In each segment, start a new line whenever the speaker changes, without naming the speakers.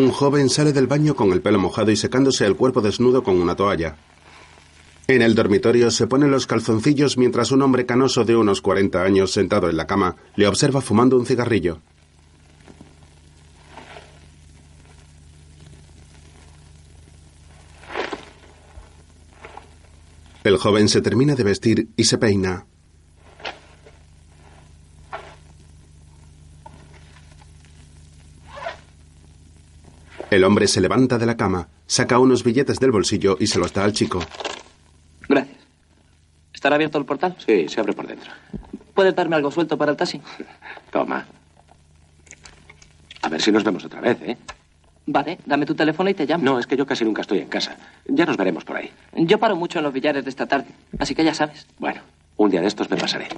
Un joven sale del baño con el pelo mojado y secándose el cuerpo desnudo con una toalla. En el dormitorio se pone los calzoncillos mientras un hombre canoso de unos 40 años sentado en la cama le observa fumando un cigarrillo. El joven se termina de vestir y se peina. El hombre se levanta de la cama, saca unos billetes del bolsillo y se los da al chico.
Gracias. ¿Estará abierto el portal?
Sí, se abre por dentro.
¿Puedes darme algo suelto para el taxi?
Toma. A ver si nos vemos otra vez, ¿eh?
Vale, dame tu teléfono y te llamo.
No, es que yo casi nunca estoy en casa. Ya nos veremos por ahí.
Yo paro mucho en los billares de esta tarde, así que ya sabes.
Bueno, un día de estos me pasaré.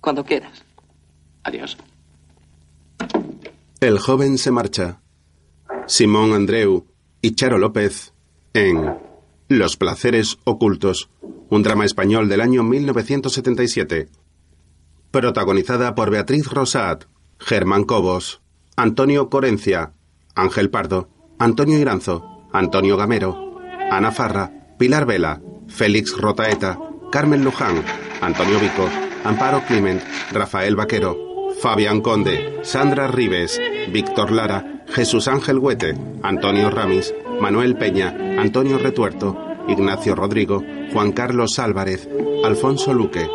Cuando quieras.
Adiós.
El joven se marcha. Simón Andreu y Charo López en Los placeres ocultos, un drama español del año 1977. Protagonizada por Beatriz Rosat, Germán Cobos, Antonio Corencia, Ángel Pardo, Antonio Iranzo, Antonio Gamero, Ana Farra, Pilar Vela, Félix Rotaeta, Carmen Luján, Antonio Vico, Amparo Clement, Rafael Vaquero, Fabián Conde, Sandra Rives, Víctor Lara, Jesús Ángel Huete, Antonio Ramis, Manuel Peña, Antonio Retuerto, Ignacio Rodrigo, Juan Carlos Álvarez, Alfonso Luque,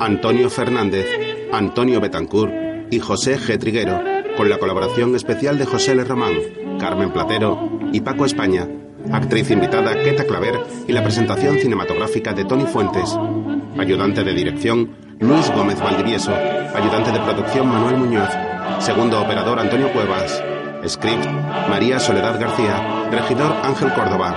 Antonio Fernández, Antonio Betancourt y José G. Triguero con la colaboración especial de José Le Román, Carmen Platero y Paco España, actriz invitada Keta Claver y la presentación cinematográfica de Tony Fuentes, ayudante de dirección Luis Gómez Valdivieso, ayudante de producción Manuel Muñoz, segundo operador Antonio Cuevas, script María Soledad García, regidor Ángel Córdoba,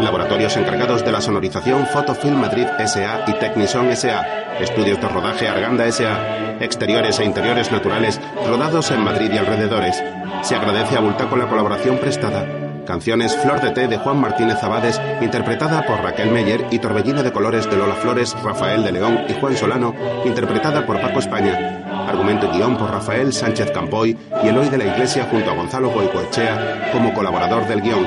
laboratorios encargados de la sonorización Fotofilm Madrid SA y Technison SA, Estudios de rodaje Arganda S.A. Exteriores e interiores naturales rodados en Madrid y alrededores. Se agradece a Bultaco la colaboración prestada. Canciones Flor de Té de Juan Martínez Abades, interpretada por Raquel Meyer, y Torbellino de Colores de Lola Flores, Rafael de León y Juan Solano, interpretada por Paco España. Argumento y guión por Rafael Sánchez Campoy y Eloy de la Iglesia junto a Gonzalo Goicoechea como colaborador del guión.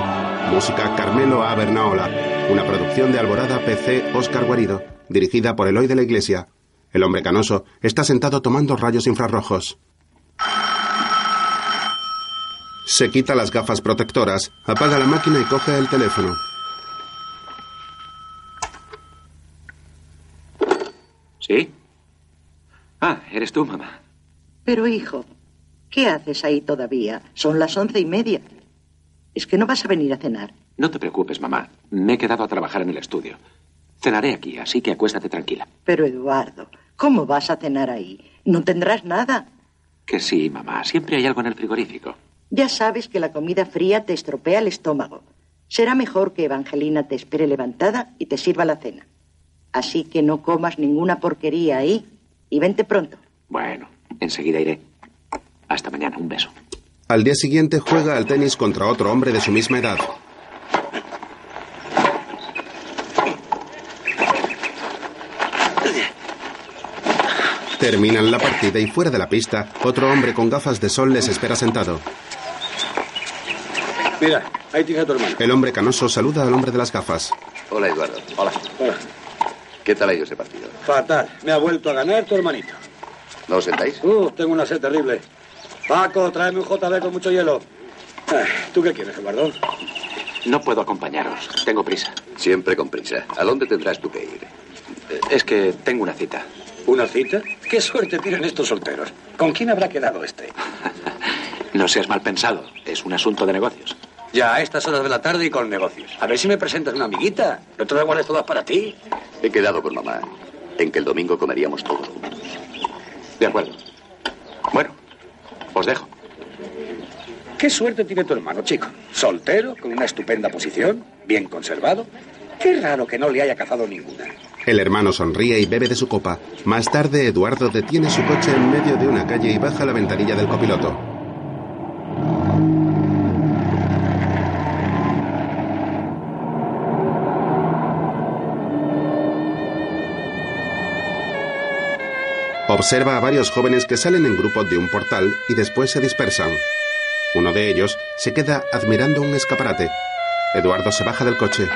Música Carmelo A. Bernaola. Una producción de Alborada PC Oscar Guarido dirigida por Eloy de la Iglesia. El hombre canoso está sentado tomando rayos infrarrojos. Se quita las gafas protectoras, apaga la máquina y coge el teléfono.
¿Sí? Ah, eres tú, mamá.
Pero, hijo, ¿qué haces ahí todavía? Son las once y media. Es que no vas a venir a cenar.
No te preocupes, mamá. Me he quedado a trabajar en el estudio. Cenaré aquí, así que acuéstate tranquila.
Pero Eduardo, ¿cómo vas a cenar ahí? No tendrás nada.
Que sí, mamá. Siempre hay algo en el frigorífico.
Ya sabes que la comida fría te estropea el estómago. Será mejor que Evangelina te espere levantada y te sirva la cena. Así que no comas ninguna porquería ahí y vente pronto.
Bueno, enseguida iré. Hasta mañana, un beso.
Al día siguiente juega al tenis contra otro hombre de su misma edad. Terminan la partida y fuera de la pista, otro hombre con gafas de sol les espera sentado.
Mira, ahí tienes a tu hermano.
El hombre canoso saluda al hombre de las gafas.
Hola, Eduardo.
Hola. Hola.
¿Qué tal ha ido ese partido?
Fatal. Me ha vuelto a ganar tu hermanito.
¿No os sentáis?
Uh, tengo una sed terrible. Paco, tráeme un JB con mucho hielo. Ah, ¿Tú qué quieres, Eduardo?
No puedo acompañaros. Tengo prisa.
Siempre con prisa. ¿A dónde tendrás tú que ir?
Eh, Es que tengo una cita.
¿Una cita? ¿Qué suerte tienen estos solteros? ¿Con quién habrá quedado este?
no seas mal pensado. Es un asunto de negocios.
Ya, a estas horas de la tarde y con negocios. A ver si me presentas una amiguita. No te las guardes todas para ti.
He quedado con mamá en que el domingo comeríamos todos juntos.
De acuerdo. Bueno, os dejo.
¿Qué suerte tiene tu hermano, chico? Soltero, con una estupenda posición, bien conservado. Qué raro que no le haya cazado ninguna.
El hermano sonríe y bebe de su copa. Más tarde, Eduardo detiene su coche en medio de una calle y baja la ventanilla del copiloto. Observa a varios jóvenes que salen en grupo de un portal y después se dispersan. Uno de ellos se queda admirando un escaparate. Eduardo se baja del coche.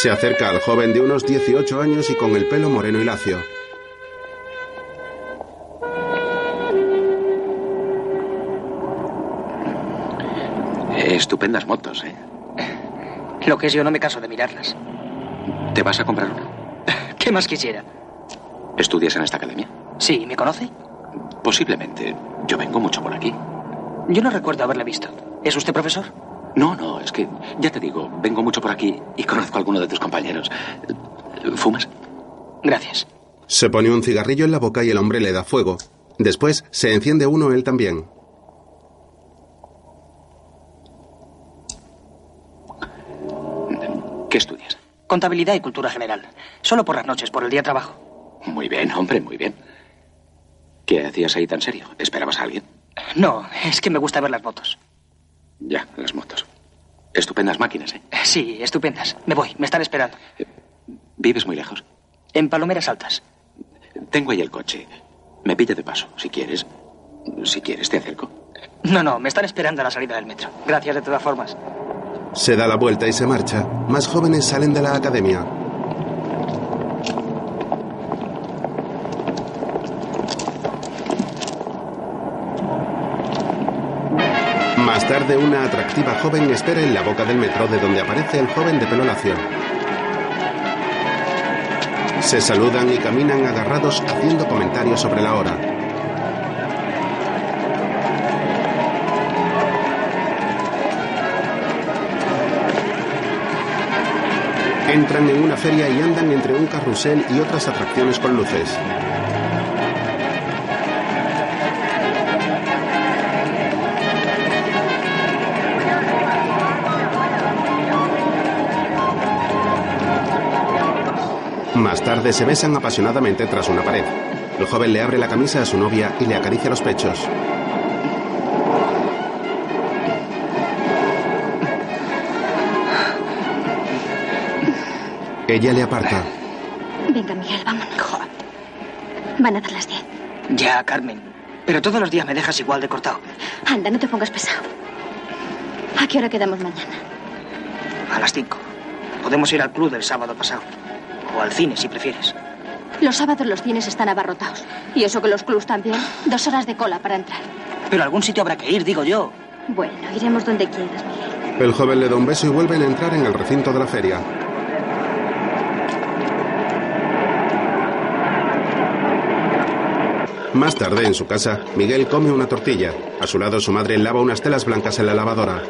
Se acerca al joven de unos 18 años y con el pelo moreno y lacio.
Estupendas motos, ¿eh?
Lo que es, yo no me caso de mirarlas.
¿Te vas a comprar una?
¿Qué más quisiera?
¿Estudias en esta academia?
Sí, ¿me conoce?
Posiblemente. Yo vengo mucho por aquí.
Yo no recuerdo haberle visto. ¿Es usted profesor?
No, no, es que ya te digo, vengo mucho por aquí y conozco a alguno de tus compañeros. ¿Fumas?
Gracias.
Se pone un cigarrillo en la boca y el hombre le da fuego. Después se enciende uno él también.
¿Qué estudias?
Contabilidad y cultura general. Solo por las noches, por el día trabajo.
Muy bien, hombre, muy bien. ¿Qué hacías ahí tan serio? ¿Esperabas a alguien?
No, es que me gusta ver las motos.
Ya, las motos. Estupendas máquinas, ¿eh?
Sí, estupendas. Me voy, me están esperando.
¿Vives muy lejos?
En Palomeras Altas.
Tengo ahí el coche. Me pilla de paso, si quieres. Si quieres, te acerco.
No, no, me están esperando a la salida del metro. Gracias de todas formas.
Se da la vuelta y se marcha. Más jóvenes salen de la academia. Más tarde, una atractiva joven espera en la boca del metro de donde aparece el joven de pelo lacio. Se saludan y caminan agarrados haciendo comentarios sobre la hora. Entran en una feria y andan entre un carrusel y otras atracciones con luces. Más tarde se besan apasionadamente tras una pared. El joven le abre la camisa a su novia y le acaricia los pechos. Ella le aparta.
Venga, Miguel, vámonos. Van a dar las 10.
Ya, Carmen. Pero todos los días me dejas igual de cortado.
Anda, no te pongas pesado. ¿A qué hora quedamos mañana?
A las 5. Podemos ir al club del sábado pasado. O al cine, si prefieres.
Los sábados los cines están abarrotados. Y eso que los clubs también. Dos horas de cola para entrar.
Pero a algún sitio habrá que ir, digo yo.
Bueno, iremos donde quieras, Miguel.
El joven le da un beso y vuelven a entrar en el recinto de la feria. Más tarde, en su casa, Miguel come una tortilla. A su lado, su madre lava unas telas blancas en la lavadora.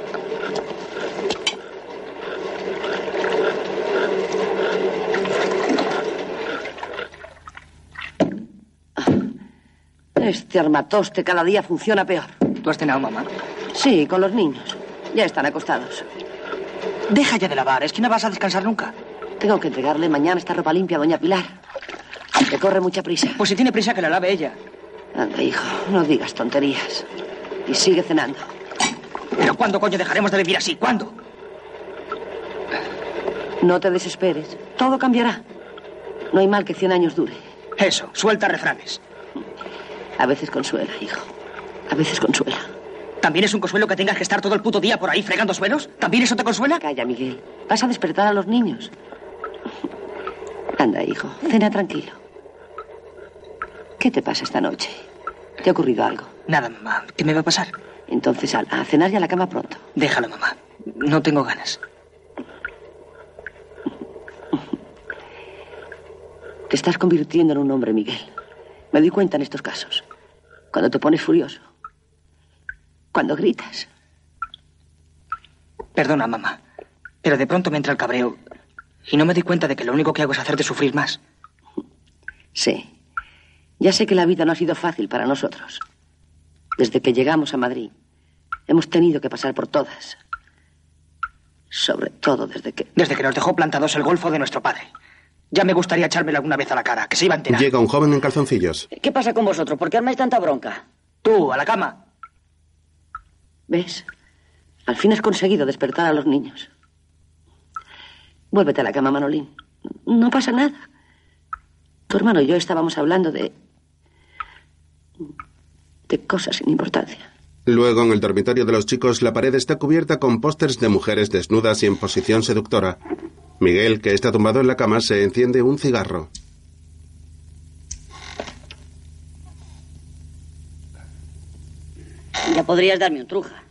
Este armatoste cada día funciona peor.
¿Tú has cenado, mamá?
Sí, con los niños. Ya están acostados.
Deja ya de lavar, es que no vas a descansar nunca.
Tengo que entregarle mañana esta ropa limpia a doña Pilar. Le corre mucha prisa.
Pues si tiene prisa que la lave ella.
Anda, hijo, no digas tonterías. Y sigue cenando.
¿Pero cuándo coño dejaremos de vivir así? ¿Cuándo?
No te desesperes. Todo cambiará. No hay mal que 100 años dure.
Eso, suelta refranes.
A veces consuela, hijo. A veces consuela.
¿También es un consuelo que tengas que estar todo el puto día por ahí fregando suelos? ¿También eso te consuela?
Calla, Miguel. Vas a despertar a los niños. Anda, hijo, cena tranquilo. ¿Qué te pasa esta noche? ¿Te ha ocurrido algo?
Nada, mamá. ¿Qué me va a pasar?
Entonces, ala, a cenar y a la cama pronto.
Déjalo, mamá. No tengo ganas.
Te estás convirtiendo en un hombre, Miguel. Me doy cuenta en estos casos. Cuando te pones furioso. Cuando gritas.
Perdona, mamá. Pero de pronto me entra el cabreo y no me di cuenta de que lo único que hago es hacerte sufrir más.
Sí. Ya sé que la vida no ha sido fácil para nosotros. Desde que llegamos a Madrid, hemos tenido que pasar por todas. Sobre todo desde que...
Desde que nos dejó plantados el golfo de nuestro padre. Ya me gustaría echármela alguna vez a la cara, que se iba a enterar.
Llega un joven en calzoncillos.
¿Qué pasa con vosotros? ¿Por qué armáis tanta bronca?
Tú, a la cama.
¿Ves? Al fin has conseguido despertar a los niños. Vuélvete a la cama, Manolín. No pasa nada. Tu hermano y yo estábamos hablando de... de cosas sin importancia.
Luego, en el dormitorio de los chicos, la pared está cubierta con pósters de mujeres desnudas y en posición seductora. Miguel, que está tumbado en la cama, se enciende un cigarro.
Ya podrías darme un truja.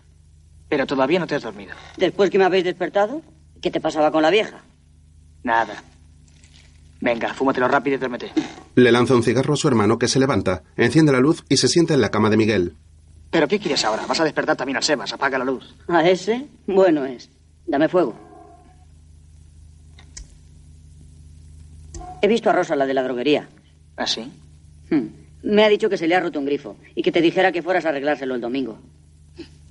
Pero todavía no te has dormido.
Después que me habéis despertado, ¿qué te pasaba con la vieja?
Nada. Venga, fúmatelo rápido y duérmete.
Le lanza un cigarro a su hermano, que se levanta, enciende la luz y se sienta en la cama de Miguel.
¿Pero qué quieres ahora? Vas a despertar también a Sebas. Apaga la luz.
¿A ese? Bueno es. Dame fuego. He visto a Rosa, la de la droguería.
¿Ah, sí?
Hmm. Me ha dicho que se le ha roto un grifo y que te dijera que fueras a arreglárselo el domingo.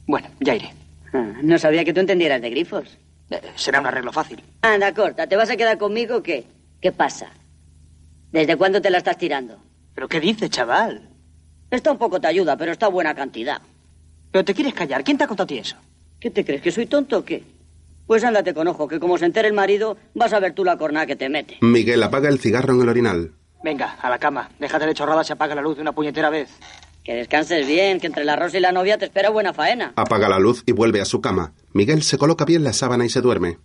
Bueno, ya iré.
Ah, no sabía que tú entendieras de grifos.
Eh, será un arreglo fácil.
Anda, corta, ¿te vas a quedar conmigo o qué? ¿Qué pasa? ¿Desde cuándo te la estás tirando?
¿Pero qué dices, chaval?
Esta un poco te ayuda, pero está buena cantidad.
¿Pero te quieres callar? ¿Quién te ha contado a ti eso?
¿Qué te crees, que soy tonto o qué? Pues ándate con ojo, que como se entere el marido, vas a ver tú la corna que te mete.
Miguel apaga el cigarro en el orinal.
Venga, a la cama. Déjate de chorradas y apaga la luz de una puñetera vez.
Que descanses bien, que entre la rosa y la novia te espera buena faena.
Apaga la luz y vuelve a su cama. Miguel se coloca bien la sábana y se duerme.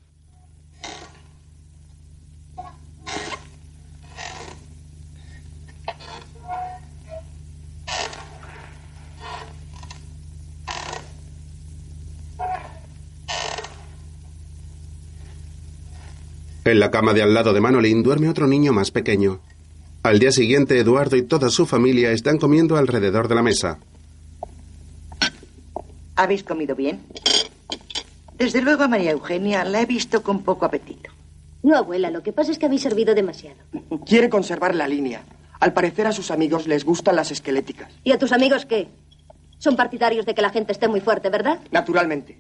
En la cama de al lado de Manolín duerme otro niño más pequeño. Al día siguiente, Eduardo y toda su familia están comiendo alrededor de la mesa.
¿Habéis comido bien? Desde luego a María Eugenia la he visto con poco apetito.
No, abuela, lo que pasa es que habéis servido demasiado.
Quiere conservar la línea. Al parecer a sus amigos les gustan las esqueléticas.
¿Y a tus amigos qué? Son partidarios de que la gente esté muy fuerte, ¿verdad?
Naturalmente.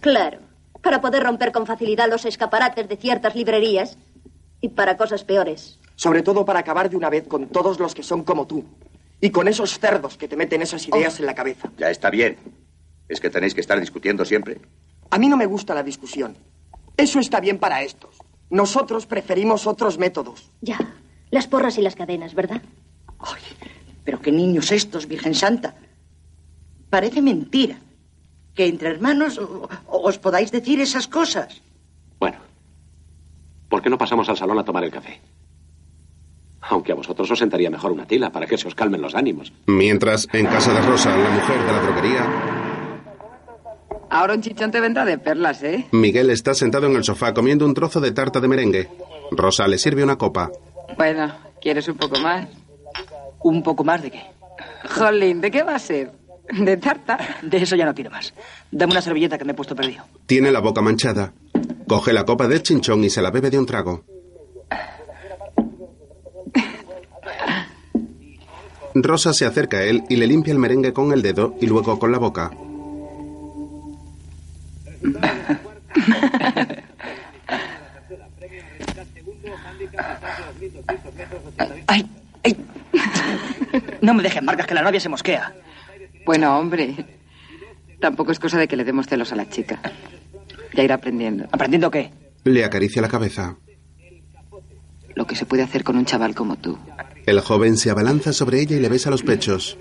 Claro para poder romper con facilidad los escaparates de ciertas librerías y para cosas peores.
Sobre todo para acabar de una vez con todos los que son como tú y con esos cerdos que te meten esas ideas oh. en la cabeza.
Ya está bien. ¿Es que tenéis que estar discutiendo siempre?
A mí no me gusta la discusión. Eso está bien para estos. Nosotros preferimos otros métodos.
Ya, las porras y las cadenas, ¿verdad?
Ay, pero qué niños estos, Virgen Santa. Parece mentira que entre hermanos os podáis decir esas cosas.
Bueno, ¿por qué no pasamos al salón a tomar el café? Aunque a vosotros os sentaría mejor una tila para que se os calmen los ánimos.
Mientras, en casa de Rosa, la mujer de la droguería.
Ahora un chichón te venta de perlas, ¿eh?
Miguel está sentado en el sofá comiendo un trozo de tarta de merengue. Rosa le sirve una copa.
Bueno, ¿quieres un poco más?
¿Un poco más de qué?
Jolín, ¿de qué va a ser? ¿De tarta?
De eso ya no tiro más. Dame una servilleta que me he puesto perdido.
Tiene la boca manchada. Coge la copa de chinchón y se la bebe de un trago. Rosa se acerca a él y le limpia el merengue con el dedo y luego con la boca.
ay, ay. No me dejes marcas que la novia se mosquea.
Bueno, hombre, tampoco es cosa de que le demos celos a la chica. Ya irá aprendiendo.
¿Aprendiendo qué?
Le acaricia la cabeza.
Lo que se puede hacer con un chaval como tú.
El joven se abalanza sobre ella y le besa los pechos.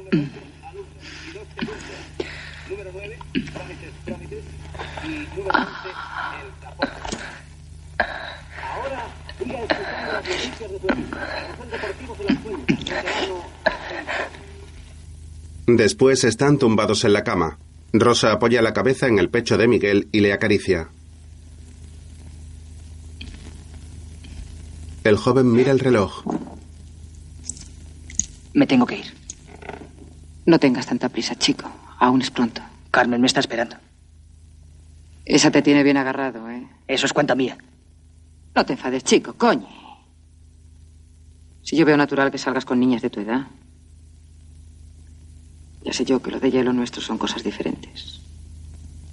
Después están tumbados en la cama. Rosa apoya la cabeza en el pecho de Miguel y le acaricia. El joven mira el reloj.
Me tengo que ir.
No tengas tanta prisa, chico. Aún es pronto.
Carmen me está esperando.
Esa te tiene bien agarrado, ¿eh?
Eso es cuenta mía.
No te enfades, chico, coño. Si yo veo natural que salgas con niñas de tu edad, ya sé yo que lo de ella y lo nuestro son cosas diferentes.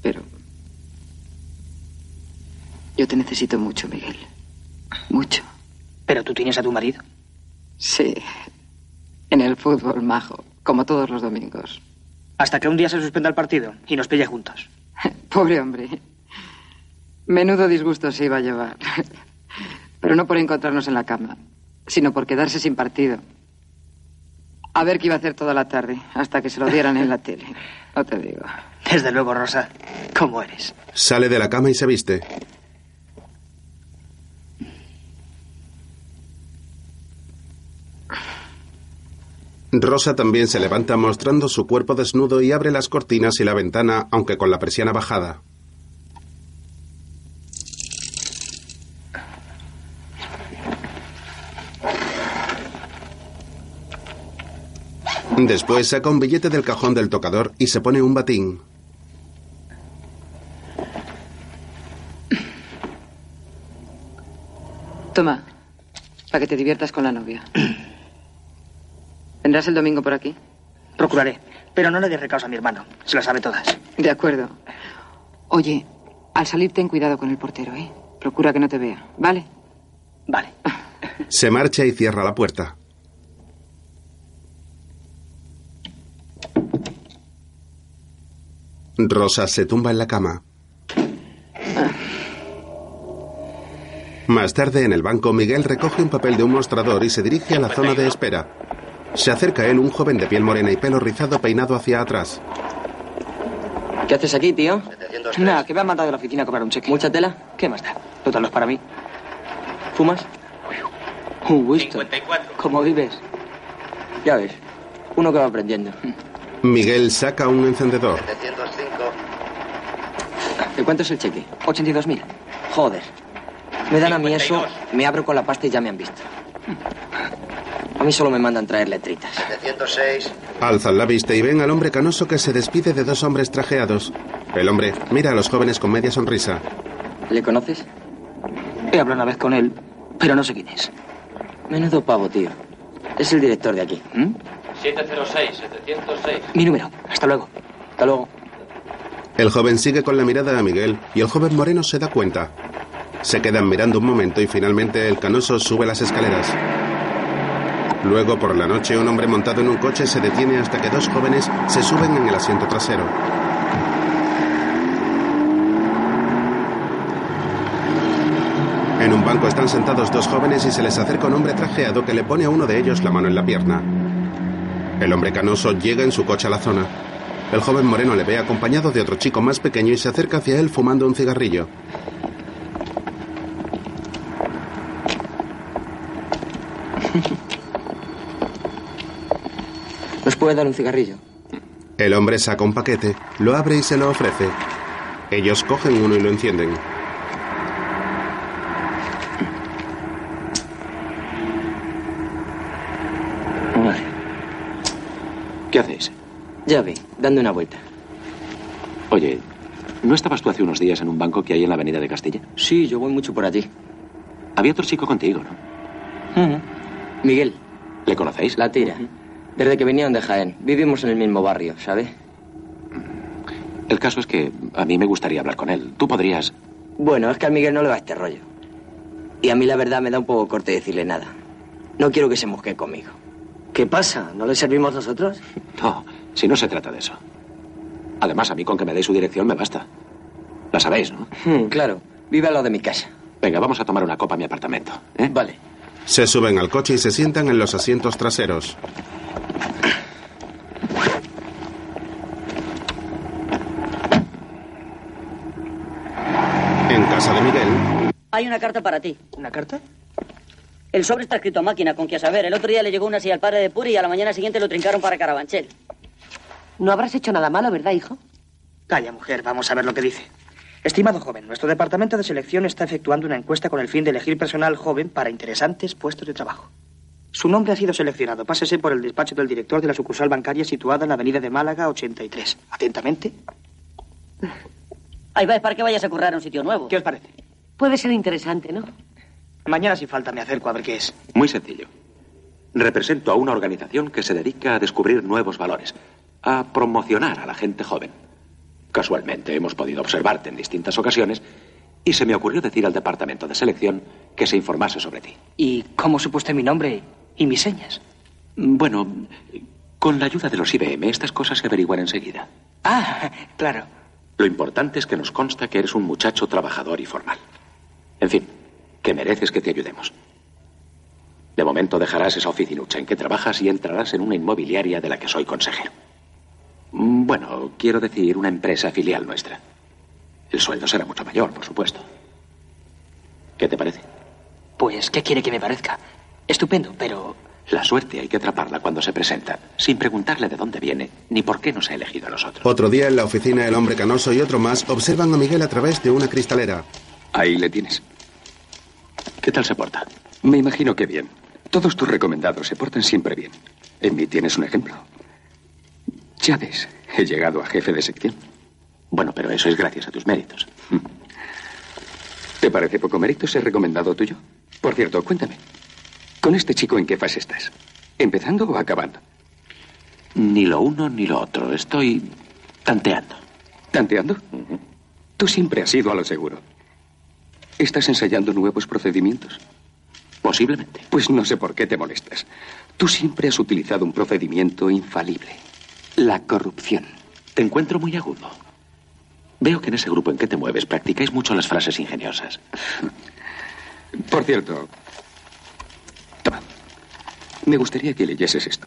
Pero. Yo te necesito mucho, Miguel. Mucho.
¿Pero tú tienes a tu marido?
Sí. En el fútbol, majo. Como todos los domingos.
Hasta que un día se suspenda el partido y nos pille juntos.
Pobre hombre. Menudo disgusto se iba a llevar. Pero no por encontrarnos en la cama, sino por quedarse sin partido. A ver qué iba a hacer toda la tarde, hasta que se lo dieran en la tele. No te digo.
Desde luego, Rosa. ¿Cómo eres?
Sale de la cama y se viste. Rosa también se levanta mostrando su cuerpo desnudo y abre las cortinas y la ventana, aunque con la persiana bajada. Después saca un billete del cajón del tocador y se pone un batín.
Toma, para que te diviertas con la novia. ¿Vendrás el domingo por aquí?
Procuraré, pero no le des recaos a mi hermano. Se las sabe todas.
De acuerdo. Oye, al salir ten cuidado con el portero, ¿eh? Procura que no te vea, ¿vale?
Vale.
Se marcha y cierra la puerta. Rosa se tumba en la cama. Más tarde, en el banco, Miguel recoge un papel de un mostrador y se dirige a la zona de espera. Se acerca a él un joven de piel morena y pelo rizado peinado hacia atrás.
¿Qué haces aquí, tío?
Nada, que me han mandado de la oficina a cobrar un cheque.
¿Mucha tela?
¿Qué más da? Total, no es para mí. ¿Fumas? Un Winston.
54.
¿Cómo vives?
Ya ves, uno que va aprendiendo.
Miguel saca un encendedor.
¿De cuánto es el cheque?
82.000.
Joder. Me dan a mí eso, me abro con la pasta y ya me han visto. A mí solo me mandan traer letritas.
706.
Alzan la vista y ven al hombre canoso que se despide de dos hombres trajeados. El hombre mira a los jóvenes con media sonrisa.
¿Le conoces?
He hablado una vez con él, pero no sé quién es.
Menudo pavo, tío. Es el director de aquí. ¿Mm?
706, 706.
Mi número. Hasta luego.
Hasta luego.
El joven sigue con la mirada a Miguel y el joven moreno se da cuenta. Se quedan mirando un momento y finalmente el canoso sube las escaleras. Luego por la noche un hombre montado en un coche se detiene hasta que dos jóvenes se suben en el asiento trasero. En un banco están sentados dos jóvenes y se les acerca un hombre trajeado que le pone a uno de ellos la mano en la pierna. El hombre canoso llega en su coche a la zona. El joven moreno le ve acompañado de otro chico más pequeño y se acerca hacia él fumando un cigarrillo.
¿Nos puede dar un cigarrillo?
El hombre saca un paquete, lo abre y se lo ofrece. Ellos cogen uno y lo encienden.
¿Qué hacéis?
Ya ve, dando una vuelta.
Oye, ¿no estabas tú hace unos días en un banco que hay en la avenida de Castilla?
Sí, yo voy mucho por allí.
Había otro chico contigo, ¿no?
Miguel.
¿Le conocéis?
La tira. Desde que vinieron de Jaén. Vivimos en el mismo barrio, ¿sabe?
El caso es que a mí me gustaría hablar con él. Tú podrías...
Bueno, es que a Miguel no le va este rollo. Y a mí la verdad me da un poco corte decirle nada. No quiero que se mosquee conmigo.
¿Qué pasa? ¿No le servimos nosotros?
No, si no se trata de eso. Además, a mí con que me deis su dirección me basta. La sabéis, ¿no?
Hmm, claro. Vive al lado de mi casa.
Venga, vamos a tomar una copa a mi apartamento. ¿eh?
Vale.
Se suben al coche y se sientan en los asientos traseros. En casa de Miguel,
Hay una carta para ti.
¿Una carta?
El sobre está escrito a máquina, con que a saber. El otro día le llegó una así al padre de Puri y a la mañana siguiente lo trincaron para Carabanchel.
No habrás hecho nada malo, ¿verdad, hijo?
Calla, mujer, vamos a ver lo que dice. Estimado joven, nuestro departamento de selección está efectuando una encuesta con el fin de elegir personal joven para interesantes puestos de trabajo. Su nombre ha sido seleccionado. Pásese por el despacho del director de la sucursal bancaria situada en la avenida de Málaga 83. Atentamente.
Ahí va, es para que vayas a currar a un sitio nuevo.
¿Qué os parece?
Puede ser interesante, ¿no?
Mañana sin falta me acerco a ver qué es.
Muy sencillo. Represento a una organización que se dedica a descubrir nuevos valores, a promocionar a la gente joven. Casualmente hemos podido observarte en distintas ocasiones y se me ocurrió decir al departamento de selección que se informase sobre ti.
¿Y cómo supiste mi nombre y mis señas?
Bueno, con la ayuda de los IBM estas cosas se averiguan enseguida.
Ah, claro.
Lo importante es que nos consta que eres un muchacho trabajador y formal. En fin, que mereces que te ayudemos. De momento dejarás esa oficinucha en que trabajas y entrarás en una inmobiliaria de la que soy consejero. Mm, Bueno, quiero decir, una empresa filial nuestra. El sueldo será mucho mayor, por supuesto. ¿Qué te parece?
Pues, ¿qué quiere que me parezca? Estupendo, pero...
La suerte hay que atraparla cuando se presenta, sin preguntarle de dónde viene ni por qué nos ha elegido a nosotros.
Otro día en la oficina el hombre canoso y otro más observan a Miguel a través de una cristalera.
Ahí le tienes. ¿Qué tal se porta? Me imagino que bien. Todos tus recomendados se portan siempre bien. En mí tienes un ejemplo. Ya ves, he llegado a jefe de sección. Bueno, pero eso es gracias a tus méritos. ¿Te parece poco mérito ser recomendado tuyo? Por cierto, cuéntame. ¿Con este chico en qué fase estás? ¿Empezando o acabando? Ni lo uno ni lo otro. Estoy tanteando. ¿Tanteando? Tú siempre has ido a lo seguro. ¿Estás ensayando nuevos procedimientos? Posiblemente. Pues no sé por qué te molestas. Tú siempre has utilizado un procedimiento infalible. La corrupción. Te encuentro muy agudo. Veo que en ese grupo en que te mueves practicáis mucho las frases ingeniosas. Por cierto. Toma. Me gustaría que leyeses esto.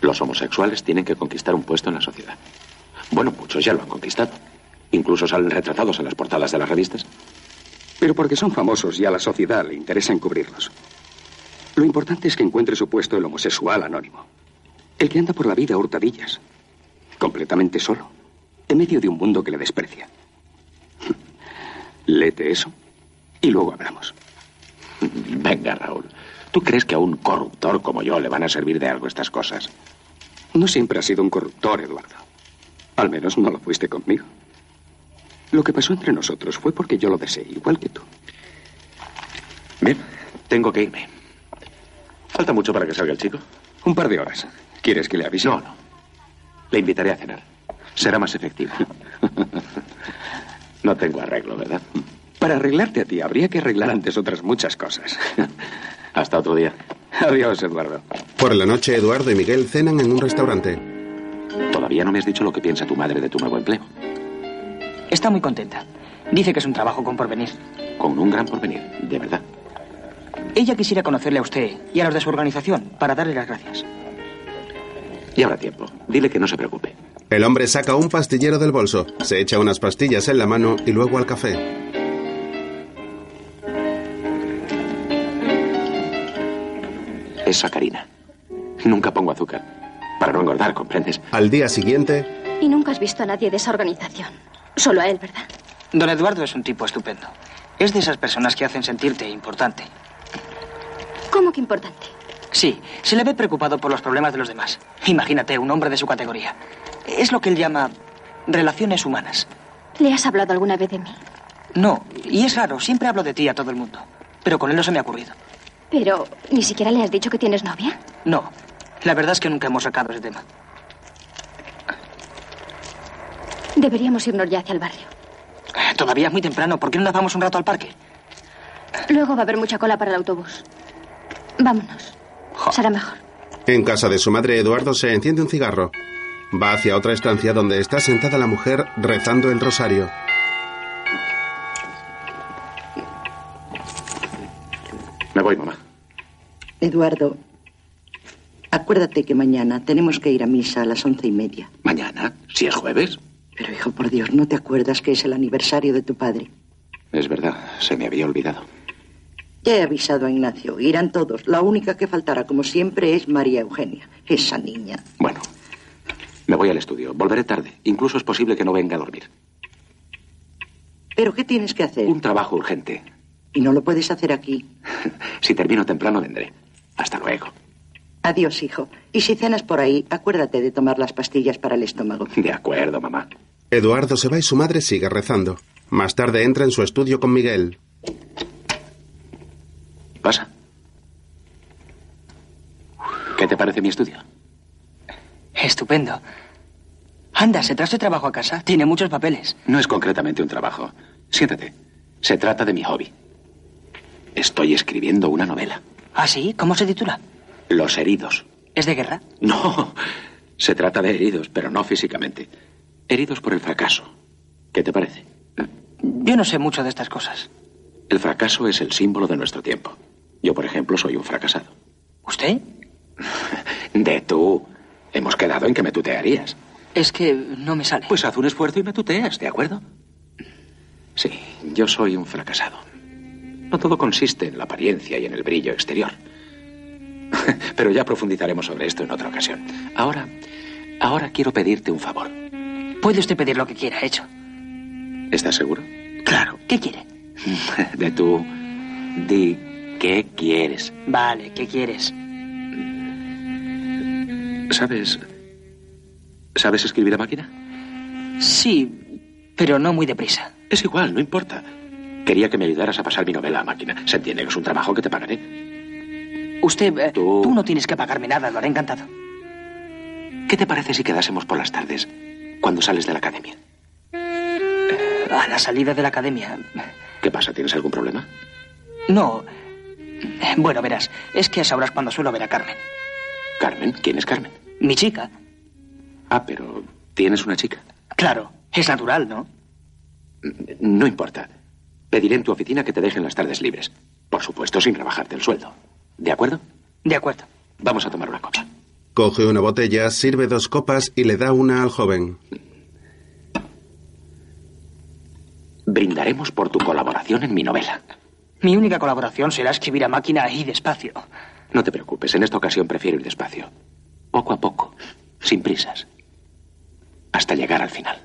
Los homosexuales tienen que conquistar un puesto en la sociedad. Bueno, muchos ya lo han conquistado. Incluso salen retratados en las portadas de las revistas. Pero porque son famosos y a la sociedad le interesa encubrirlos. Lo importante es que encuentre su puesto el homosexual anónimo. El que anda por la vida a hurtadillas. Completamente solo. En medio de un mundo que le desprecia. Lete eso y luego hablamos. Venga, Raúl. ¿Tú crees que a un corruptor como yo le van a servir de algo estas cosas? No siempre has sido un corruptor, Eduardo. Al menos no lo fuiste conmigo. Lo que pasó entre nosotros fue porque yo lo deseé, igual que tú. Bien, tengo que irme. ¿Falta mucho para que salga el chico? Un par de horas. ¿Quieres que le avise? No, no. Le invitaré a cenar. Será más efectivo. no tengo arreglo, ¿verdad? Para arreglarte a ti habría que arreglar antes otras muchas cosas. Hasta otro día. Adiós, Eduardo.
Por la noche Eduardo y Miguel cenan en un restaurante.
Todavía no me has dicho lo que piensa tu madre de tu nuevo empleo.
Está muy contenta. Dice que es un trabajo con porvenir.
Con un gran porvenir, de verdad.
Ella quisiera conocerle a usted y a los de su organización para darle las gracias.
Y habrá tiempo. Dile que no se preocupe.
El hombre saca un pastillero del bolso, se echa unas pastillas en la mano y luego al café.
Es sacarina. Nunca pongo azúcar. Para no engordar, ¿comprendes?
Al día siguiente,
Y nunca has visto a nadie de esa organización. Solo a él, ¿verdad?
Don Eduardo es un tipo estupendo. Es de esas personas que hacen sentirte importante.
¿Cómo que importante?
Sí, se le ve preocupado por los problemas de los demás. Imagínate, un hombre de su categoría. Es lo que él llama relaciones humanas.
¿Le has hablado alguna vez de mí?
No, y es raro, siempre hablo de ti a todo el mundo. Pero con él no se me ha ocurrido.
Pero ni siquiera le has dicho que tienes novia.
No, la verdad es que nunca hemos sacado ese tema.
Deberíamos irnos ya hacia el barrio.
Todavía es muy temprano, ¿por qué no nos vamos un rato al parque?
Luego va a haber mucha cola para el autobús. Vámonos. Será mejor.
en casa de su madre Eduardo se enciende un cigarro. Va hacia otra estancia donde está sentada la mujer rezando el rosario.
Me voy, mamá.
Eduardo, acuérdate que mañana tenemos que ir a misa a las once y media.
¿Mañana? ¿Si es jueves?
Pero hijo, por Dios, ¿no te acuerdas que es el aniversario de tu padre?
Es verdad, se me había olvidado.
Ya he avisado a Ignacio, irán todos. La única que faltará, como siempre, es María Eugenia, esa niña.
Bueno, me voy al estudio. Volveré tarde. Incluso es posible que no venga a dormir.
¿Pero qué tienes que hacer?
Un trabajo urgente.
Y no lo puedes hacer aquí.
Si termino temprano, vendré. Hasta luego.
Adiós, hijo. Y si cenas por ahí, acuérdate de tomar las pastillas para el estómago.
De acuerdo, mamá.
Eduardo se va y su madre sigue rezando. Más tarde entra en su estudio con Miguel.
Pasa. ¿Qué te parece mi estudio?
Estupendo. Anda, se trae su trabajo a casa. Tiene muchos papeles.
No es concretamente un trabajo. Siéntate. Se trata de mi hobby. Estoy escribiendo una novela.
¿Ah, sí? ¿Cómo se titula?
Los heridos.
¿Es de guerra?
No, se trata de heridos, pero no físicamente. Heridos por el fracaso. ¿Qué te parece?
Yo no sé mucho de estas cosas.
El fracaso es el símbolo de nuestro tiempo. Yo, por ejemplo, soy un fracasado.
¿Usted?
De tú. Hemos quedado en que me tutearías.
Es que no me sale.
Pues haz un esfuerzo y me tuteas, ¿de acuerdo? Sí, yo soy un fracasado. No todo consiste en la apariencia y en el brillo exterior. Pero ya profundizaremos sobre esto en otra ocasión. Ahora, ahora quiero pedirte un favor.
Puede usted pedir lo que quiera, hecho.
¿Estás seguro? Claro.
¿Qué quiere?
De tú, di qué quieres.
Vale, ¿qué quieres?
¿Sabes? ¿Sabes escribir a máquina?
Sí, pero no muy deprisa.
Es igual, no importa. Quería que me ayudaras a pasar mi novela a máquina. Se entiende que es un trabajo que te pagaré.
Usted, eh, tú... no tienes que pagarme nada, lo haré encantado.
¿Qué te parece si quedásemos por las tardes, cuando sales de la academia?
Eh, A la salida de la academia.
¿Qué pasa? ¿Tienes algún problema?
No. Bueno, verás, es que a esa hora es cuando suelo ver a Carmen.
¿Carmen? ¿Quién es Carmen?
Mi chica,
Ah, pero tienes una chica.
claro, es natural, ¿no?
No importa. Pediré en tu oficina que te dejen las tardes libres. Por supuesto, sin rebajarte el sueldo. ¿De acuerdo?
De acuerdo.
Vamos a tomar una copa.
Coge una botella, sirve dos copas y le da una al joven.
Brindaremos por tu colaboración en mi novela.
Mi única colaboración será escribir a máquina y despacio.
No te preocupes, en esta ocasión prefiero ir despacio. Poco a poco, sin prisas. Hasta llegar al final.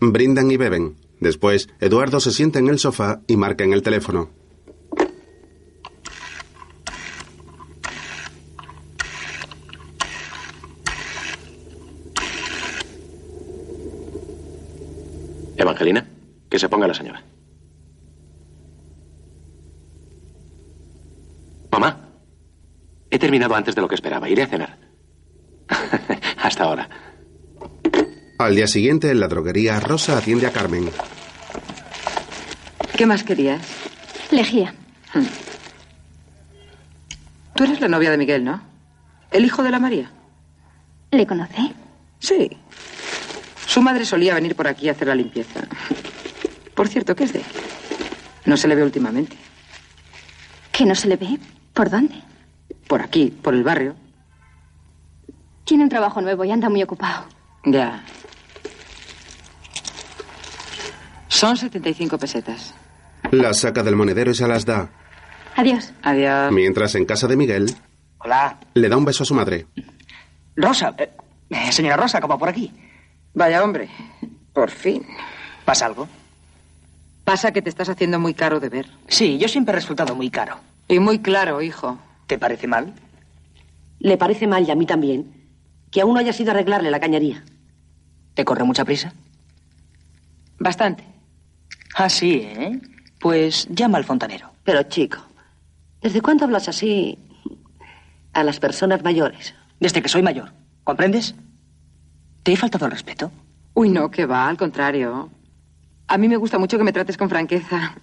Brindan y beben. Después, Eduardo se sienta en el sofá y marca en el teléfono.
Evangelina, que se ponga la señora. Mamá, he terminado antes de lo que esperaba. Iré a cenar. Hasta ahora.
Al día siguiente, en la droguería, Rosa atiende a Carmen.
¿Qué más querías? Hmm.
Lejía.
Tú eres la novia de Miguel, ¿no? ¿El hijo de la María?
¿Le conoce?
Sí. Su madre solía venir por aquí a hacer la limpieza. Por cierto, ¿qué es de? aquí? No se le ve últimamente.
¿Que no se le ve? ¿Por dónde?
Por aquí, por el barrio.
Tiene un trabajo nuevo y anda muy ocupado.
Ya. Son 75 pesetas.
Las saca del monedero y se las da.
Adiós.
Adiós.
Mientras en casa de Miguel,
Hola.
le da un beso a su madre.
Rosa.
eh, señora Rosa, como por aquí.
Vaya hombre. Por fin.
¿Pasa algo?
Pasa que te estás haciendo muy caro de ver.
Sí, yo siempre he resultado muy caro.
Y muy claro, hijo.
¿Te parece mal?
Le parece mal, y a mí también, que aún no hayas ido a arreglarle la cañería.
¿Te corre mucha prisa?
Bastante.
Ah, sí, ¿eh? Pues llama al fontanero.
Pero, chico, ¿desde cuándo hablas así a las personas mayores?
Desde que soy mayor. ¿Comprendes? ¿Te he faltado el respeto?
Uy, no, que va, al contrario. A mí me gusta mucho que me trates con franqueza.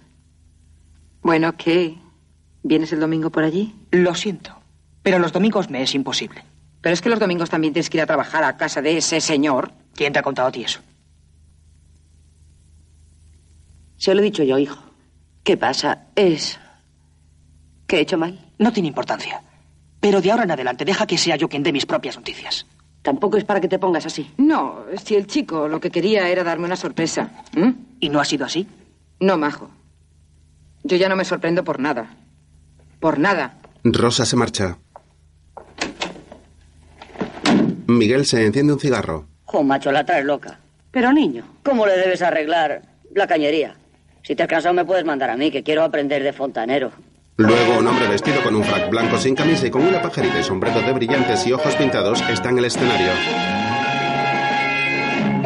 Bueno, ¿qué? ¿Vienes el domingo por allí?
Lo siento, pero los domingos me es imposible.
Pero es que los domingos también tienes que ir a trabajar a casa de ese señor.
¿Quién te ha contado a ti eso?
Se lo he dicho yo, hijo. ¿Qué pasa? Es... ¿Qué he hecho mal?
No tiene importancia. Pero de ahora en adelante deja que sea yo quien dé mis propias noticias.
Tampoco es para que te pongas así.
No, si el chico lo que quería era darme una sorpresa. ¿m?
¿Y no ha sido así?
No, majo. Yo ya no me sorprendo por nada. Por nada.
Rosa se marcha. Miguel se enciende un cigarro.
Jo, macho, la traes loca.
Pero, niño,
¿Cómo le debes arreglar la cañería? Si te has cansado me puedes mandar a mí, que quiero aprender de fontanero.
Luego, un hombre vestido con un frac blanco sin camisa y con una pajarita y sombrero de brillantes y ojos pintados está en el escenario.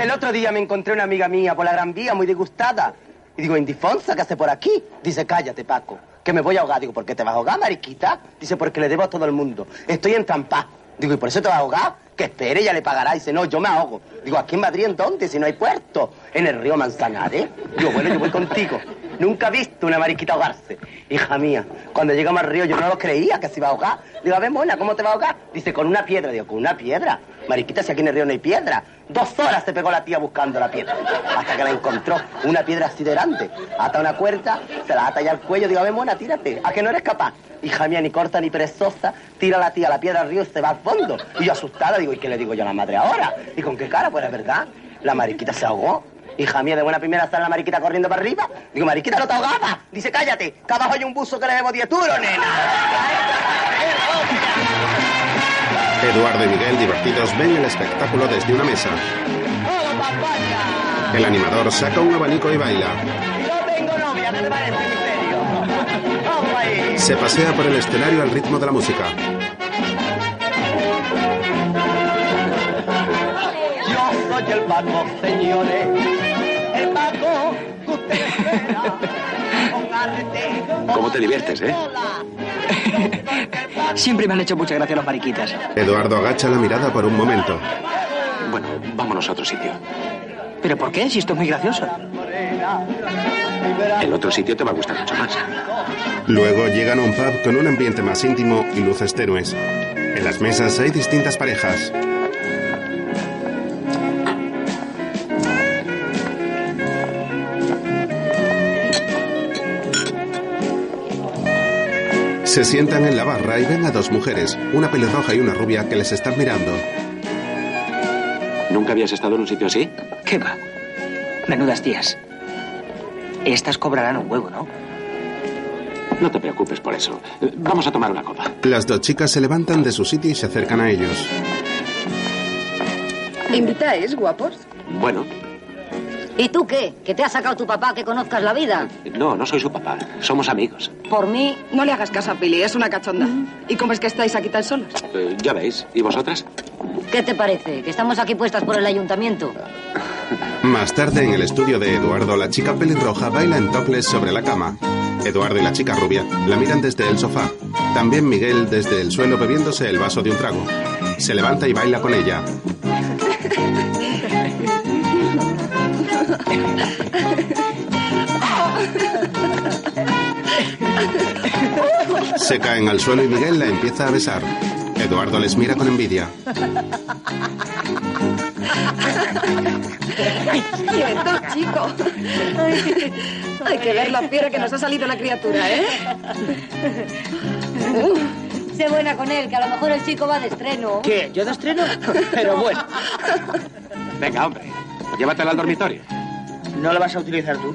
El otro día me encontré una amiga mía por la Gran Vía muy disgustada. Y digo, Indifonsa, ¿qué hace por aquí? Dice, cállate, Paco, que me voy a ahogar. Digo, ¿por qué te vas a ahogar, mariquita? Dice, porque le debo a todo el mundo. Estoy en trampa. Digo, ¿y por eso te vas a ahogar? Que espere, ya le pagará. Dice, no, yo me ahogo. Digo, ¿aquí en Madrid en dónde? Si no hay puerto. En el río Manzanares. Digo, bueno, yo voy contigo. Nunca he visto una mariquita ahogarse. Hija mía, cuando llegamos al río yo no lo creía que se iba a ahogar. Digo, a ver, mona, ¿cómo te va a ahogar? Dice, con una piedra. Digo, ¿con una piedra? Mariquita, si aquí en el río no hay piedra. Dos horas se pegó la tía buscando la piedra. Hasta que la encontró. Una piedra así de grande. Ata una cuerda, se la ata ya al cuello. Digo, a ver, mona, tírate. ¿A que no eres capaz? Hija mía, ni corta ni perezosa. Tira la tía la piedra al río y se va al fondo. Y yo asustada digo, ¿y qué le digo yo a la madre ahora? ¿Y con qué cara? Pues es verdad. La mariquita se ahogó. Hija mía, de buena primera sale la mariquita corriendo para arriba. Digo, mariquita, no te ahogaba. Dice, cállate, que abajo hay un buzo que le debo 10 duros, nena.
Eduardo y Miguel, divertidos, ven el espectáculo desde una mesa. El animador saca un abanico y baila. Se pasea por el escenario al ritmo de la música.
Yo soy el Paco, señores. El Paco que usted espera. Con arte.
¿Cómo te diviertes, eh?
Siempre me han hecho mucha gracia las mariquitas.
Eduardo agacha la mirada por un momento.
Bueno, vámonos a otro sitio.
¿Pero por qué? Si esto es muy gracioso.
El otro sitio te va a gustar mucho más.
Luego llegan a un pub con un ambiente más íntimo y luces tenues. En las mesas hay distintas parejas. Se sientan en la barra y ven a dos mujeres, una pelirroja y una rubia que les están mirando.
¿Nunca habías estado en un sitio así?
¿Qué va? Menudas tías. Estas cobrarán un huevo, ¿no?
No te preocupes por eso. Eh, Vamos a tomar una copa.
Las dos chicas se levantan de su sitio y se acercan a ellos.
¿Invitáis, guapos?
Bueno,
¿Y tú qué? ¿Que te ha sacado tu papá que conozcas la vida?
no, no soy su papá. Somos amigos.
Por mí. No le hagas caso a Pili, es una cachonda.
Mm.
¿Y cómo es que estáis aquí tan solos?
Eh, ya veis. ¿Y vosotras?
¿Qué te parece? ¿Que estamos aquí puestas por el ayuntamiento?
Más tarde, en el estudio de Eduardo, la chica pelirroja baila en topless sobre la cama. Eduardo y la chica rubia la miran desde el sofá. También Miguel desde el suelo bebiéndose el vaso de un trago. Se levanta y baila con ella. Se caen al suelo y Miguel la empieza a besar. Eduardo les mira con envidia.
Quieto, chico. Ay, Hay que ver la fiera que nos ha salido la criatura, ¿eh?
Sé buena con él, que a lo mejor el chico va de estreno.
¿Qué? ¿Yo de estreno? Pero bueno.
Venga, hombre. Llévatela al dormitorio. Eh,
¿No la vas a utilizar tú?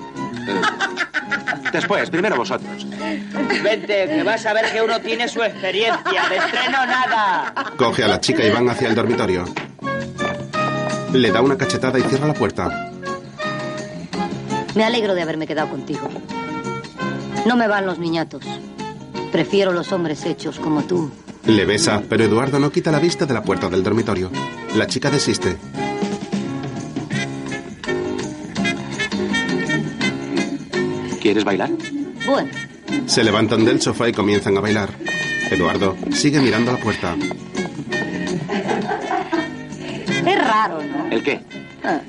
Después, primero vosotros.
Vente, que vas a ver que uno tiene su experiencia. De estreno nada.
Coge a la chica y van hacia el dormitorio. Le da una cachetada y cierra la puerta.
Me alegro de haberme quedado contigo. No me van los niñatos. Prefiero los hombres hechos como tú.
Le besa, pero Eduardo no quita la vista de la puerta del dormitorio. La chica desiste.
¿Quieres bailar?
Bueno,
Se levantan del sofá y comienzan a bailar. Eduardo sigue mirando a la puerta.
es raro, ¿no?
¿El qué?
Ah,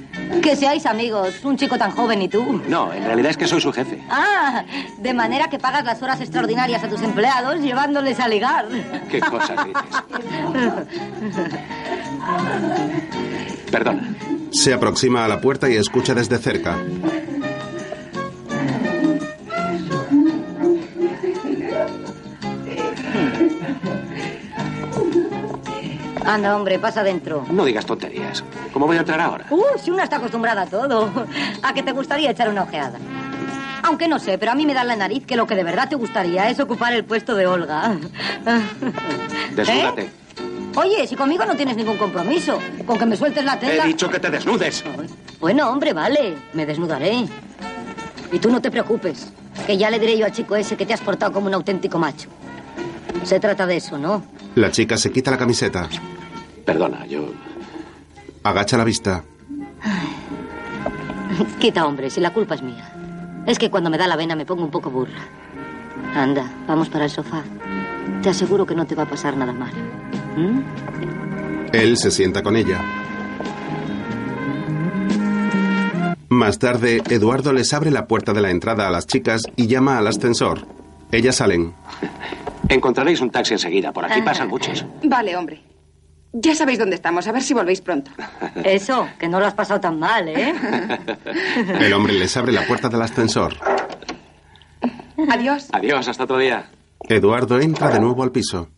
Que seáis amigos, un chico tan joven y tú.
No, en realidad es que soy su jefe.
Ah, de manera que pagas las horas extraordinarias a tus empleados llevándoles a ligar.
Qué cosas dices. Perdona.
Se aproxima a la puerta y escucha desde cerca.
Anda, hombre, pasa adentro.
No digas tonterías. ¿Cómo voy a entrar ahora?
Uh, si una está acostumbrada a todo. A que te gustaría echar una ojeada. Aunque no sé, pero a mí me da en la nariz que lo que de verdad te gustaría es ocupar el puesto de Olga. ¿Eh?
Desnúdate.
Oye, si conmigo no tienes ningún compromiso, con que me sueltes la
He
tela...
dicho que te desnudes.
Bueno, hombre, vale, me desnudaré. Y tú no te preocupes, que ya le diré yo al chico ese que te has portado como un auténtico macho. Se trata de eso, ¿no?
La chica se quita la camiseta.
Perdona, yo.
Agacha la vista.
Quita, hombre, si la culpa es mía. Es que cuando me da la vena me pongo un poco burra. Anda, vamos para el sofá. Te aseguro que no te va a pasar nada mal. ¿Mm?
Él se sienta con ella. Más tarde, Eduardo les abre la puerta de la entrada a las chicas y llama al ascensor. Ellas salen.
Encontraréis un taxi enseguida. Por aquí pasan muchos.
Vale, hombre.
Ya sabéis dónde estamos, a ver si volvéis pronto.
Eso, que no lo has pasado tan mal, ¿eh?
El hombre les abre la puerta del ascensor.
Adiós.
Adiós, hasta otro día.
Eduardo entra de nuevo al piso.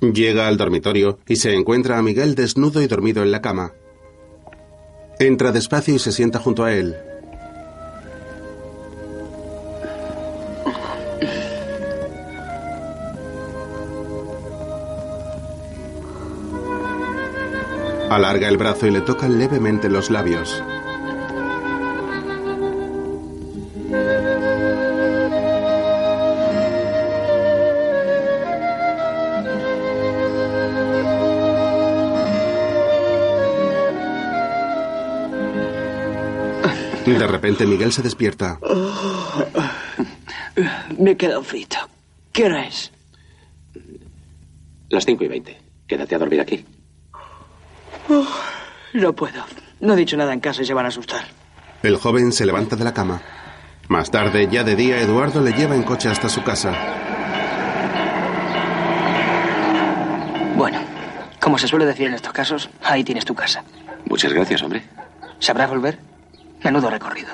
Llega al dormitorio y se encuentra a Miguel desnudo y dormido en la cama. Entra despacio y se sienta junto a él. Alarga el brazo y le toca levemente los labios. De repente Miguel se despierta.
Oh, Me he quedado frito. ¿Qué hora es?
Las 5 y 20. Quédate a dormir aquí.
No puedo. No he dicho nada en casa y se van a asustar.
El joven se levanta de la cama. Más tarde, ya de día, Eduardo le lleva en coche hasta su casa.
Bueno, como se suele decir en estos casos, ahí tienes tu casa.
Muchas gracias, hombre.
¿Sabrás volver? Menudo recorrido.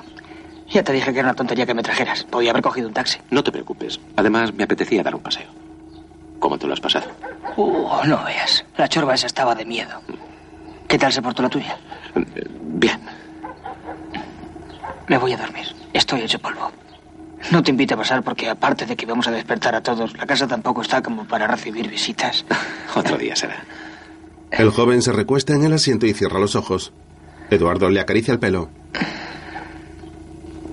Ya te dije que era una tontería que me trajeras. Podía haber cogido un taxi.
No te preocupes. Además, me apetecía dar un paseo. ¿Cómo te lo has pasado?
Uh, no veas. La chorba esa estaba de miedo. ¿Qué tal se portó la tuya?
Bien.
Me voy a dormir. Estoy hecho polvo. No te invito a pasar porque aparte de que vamos a despertar a todos, la casa tampoco está como para recibir visitas.
Otro día será.
El joven se recuesta en el asiento y cierra los ojos. Eduardo le acaricia el pelo.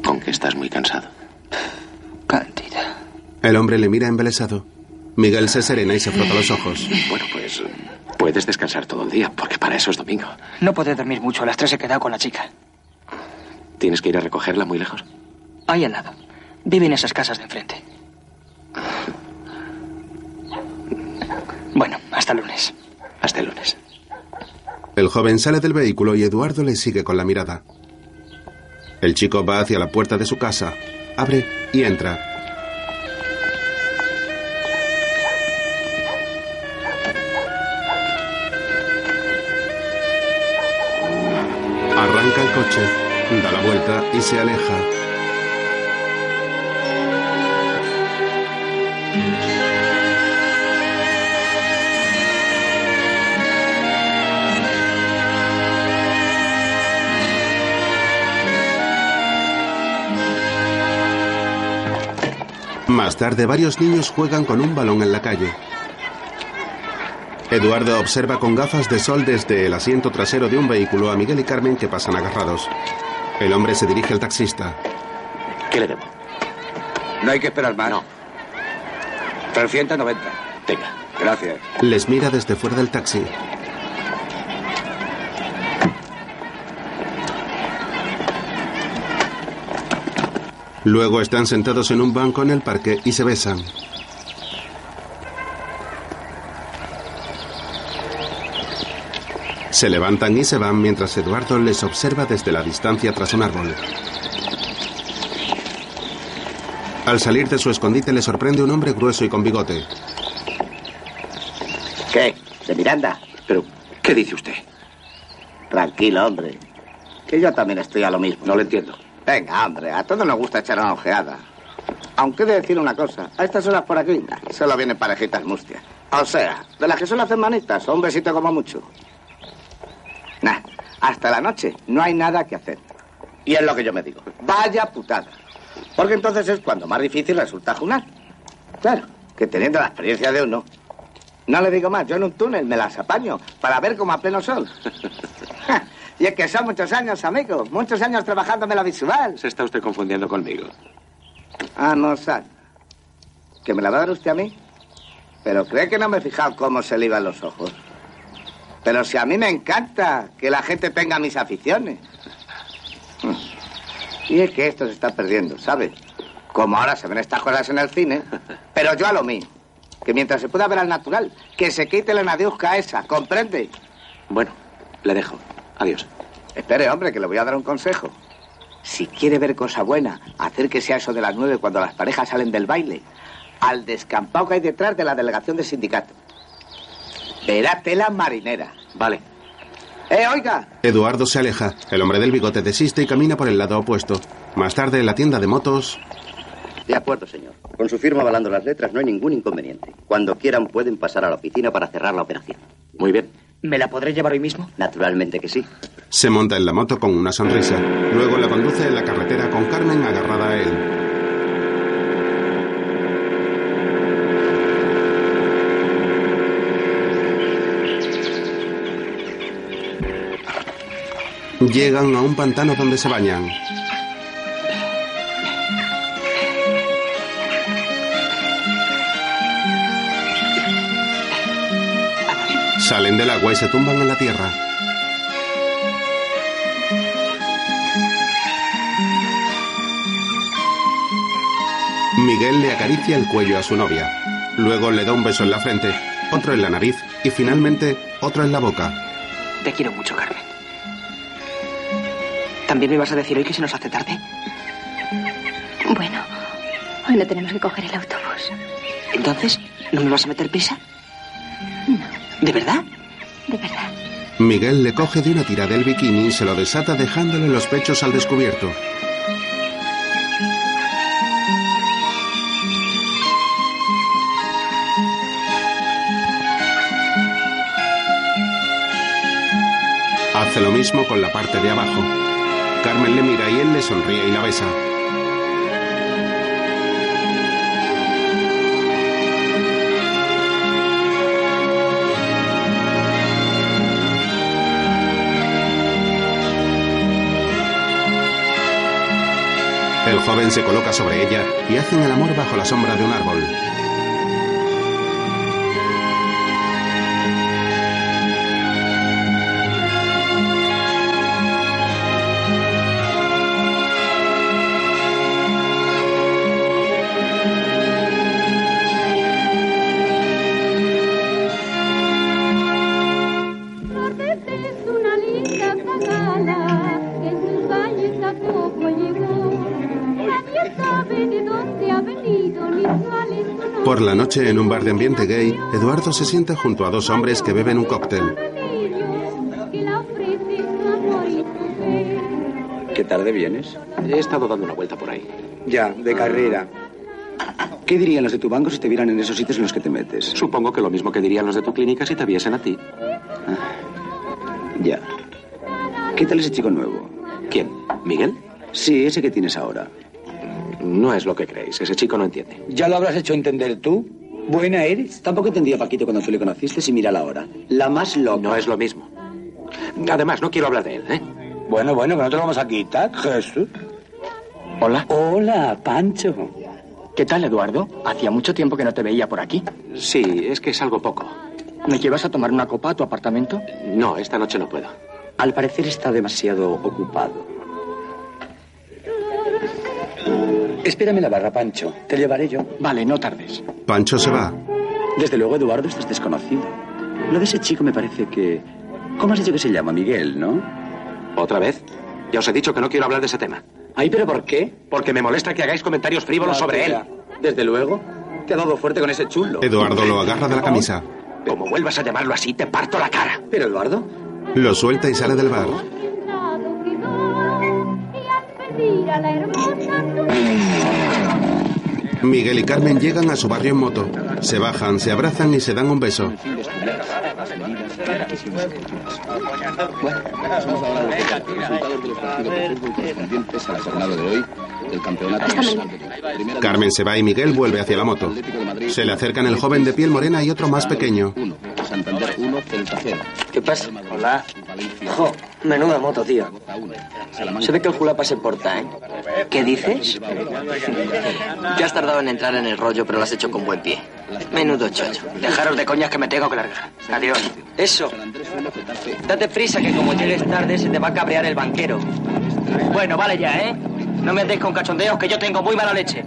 Con que estás muy cansado.
Cándida.
El hombre le mira embelesado. Miguel se serena y se frota los ojos.
Bueno, pues puedes descansar todo el día, porque para eso es domingo.
No podré dormir mucho. A las tres he quedado con la chica.
¿Tienes que ir a recogerla muy lejos?
Ahí al lado. Vive en esas casas de enfrente. Bueno, hasta el lunes.
Hasta el lunes.
El joven sale del vehículo y Eduardo le sigue con la mirada. El chico va hacia la puerta de su casa, abre y entra. Arranca el coche, da la vuelta y se aleja. Más tarde, varios niños juegan con un balón en la calle. Eduardo observa con gafas de sol desde el asiento trasero de un vehículo a Miguel y Carmen que pasan agarrados. El hombre se dirige al taxista.
¿Qué le debo?
No hay que esperar más. No. 390.
Tenga.
Gracias.
Les mira desde fuera del taxi. Luego están sentados en un banco en el parque y se besan. Se levantan y se van mientras Eduardo les observa desde la distancia tras un árbol. Al salir de su escondite le sorprende un hombre grueso y con bigote.
¿Qué? ¿De Miranda?
Pero, ¿qué dice usted?
Tranquilo, hombre. Que yo también estoy a lo mismo.
No lo entiendo.
Venga, hombre, a todos nos gusta echar una ojeada. Aunque he de decir una cosa, a estas horas por aquí solo vienen parejitas mustias. O sea, de las que solo hacen manitas, o un besito como mucho. Nah, hasta la noche no hay nada que hacer. Y es lo que yo me digo. Vaya putada. Porque entonces es cuando más difícil resulta junar. Claro, que teniendo la experiencia de uno. No le digo más, yo en un túnel me las apaño para ver como a pleno sol. Ja, y es que son muchos años, amigo. Muchos años trabajándome la visual.
Se está usted confundiendo conmigo.
Ah, no, Sam. ¿Que me la va a dar usted a mí? Pero cree que no me he fijado cómo se le iban los ojos. Pero si a mí me encanta que la gente tenga mis aficiones. Y es que esto se está perdiendo, ¿sabes? Como ahora se ven estas cosas en el cine. Pero yo a lo mío. Que mientras se pueda ver al natural, que se quite la nadiusca esa, ¿comprende?
Bueno, le dejo. Adiós.
Espere, hombre, que le voy a dar un consejo. Si quiere ver cosa buena, acérquese a eso de las nueve cuando las parejas salen del baile. Al descampado que hay detrás de la delegación del sindicato. Verá tela marinera. Vale. ¡Eh, oiga!
Eduardo se aleja. El hombre del bigote desiste y camina por el lado opuesto. Más tarde, en la tienda de motos,
De acuerdo, señor. Con su firma avalando las letras no hay ningún inconveniente. Cuando quieran pueden pasar a la oficina para cerrar la operación. Muy bien.
¿Me la podré llevar hoy mismo?
Naturalmente que sí.
se monta en la moto con una sonrisa. Luego la conduce en la carretera con Carmen agarrada a él. Llegan a un pantano donde se bañan. Salen del agua y se tumban en la tierra. Miguel le acaricia el cuello a su novia. Luego le da un beso en la frente, otro en la nariz y finalmente otro en la boca.
Te quiero mucho, Carmen. ¿También me vas a decir hoy que se nos hace tarde?
Bueno, hoy no tenemos que coger el autobús.
Entonces, ¿no me vas a meter prisa? ¿De verdad?
De verdad.
Miguel le coge de una tira del bikini y se lo desata dejándole los pechos al descubierto. Hace lo mismo con la parte de abajo. Carmen le mira y él le sonríe y la besa. El joven se coloca sobre ella y hacen el amor bajo la sombra de un árbol.
Es una linda zagala que en sus valles a poco llegó. Nadie sabe de dónde ha venido ni cuál es su nombre.
Por la noche, en un bar de ambiente gay, Eduardo se sienta junto a dos hombres que beben un cóctel.
Que la ofrece su amor y su fe.
¿Qué tarde vienes? He estado dando una vuelta por ahí. Ah.
Ya, de carrera.
¿Qué dirían los de tu banco si te vieran en esos sitios en los que te metes? Supongo que lo mismo que dirían los de tu clínica si te viesen a ti. Ah, Ya. ¿Qué tal ese chico nuevo? ¿Quién? ¿Miguel? Sí, ese que tienes ahora. No es lo que creéis. Ese chico no entiende.
¿Ya lo habrás hecho entender tú? Buena eres.
Tampoco entendía Paquito cuando tú le conociste si mira la hora. La más loca. No es lo mismo. Además, no quiero hablar de él, ¿eh?
Bueno, bueno, que no te lo vamos a quitar, Jesús.
Hola. Hola, Pancho. ¿Qué tal, Eduardo? Hacía mucho tiempo que no te veía por aquí.
Sí, es que salgo poco.
¿Me llevas a tomar una copa a tu apartamento?
No, esta noche no puedo.
Al parecer está demasiado ocupado.
Espérame la barra, Pancho. Te llevaré yo.
Vale, no tardes.
Pancho se va.
Desde luego, Eduardo.
Eduardo, estás desconocido. Lo de ese chico me parece que... ¿Cómo has dicho que se llama? Miguel, ¿no?
¿Otra vez? Ya os he dicho que no quiero hablar de ese tema.
Ay, pero ¿por qué?
Porque me molesta que hagáis comentarios frívolos
La
sobre él.
tela.
Desde luego. Te ha dado fuerte con ese chulo.
Eduardo lo agarra de la camisa.
Como vuelvas a llamarlo así, te parto la cara. Pero Eduardo,
Lo suelta y sale del bar.
Entrado quedó y al perder a la hermosa Antonella.
Miguel y Carmen llegan a su barrio en moto. Se bajan, se abrazan y se dan un beso. Carmen se va y Miguel vuelve hacia la moto. Se le acercan el joven de piel morena y otro más pequeño.
¿Qué pasa? Hola. Jo, menuda moto, tío. Se ve que el Julapa se porta, ¿eh? ¿Qué dices? Ya has tardado en entrar en el rollo, pero lo has hecho con buen pie. Menudo chollo.
Dejaros de coñas que me tengo que largar. Adiós.
Eso. Date prisa, que como llegues tarde se te va a cabrear el banquero.
Bueno, vale ya, ¿eh? No me andéis con cachondeos que yo tengo muy mala leche.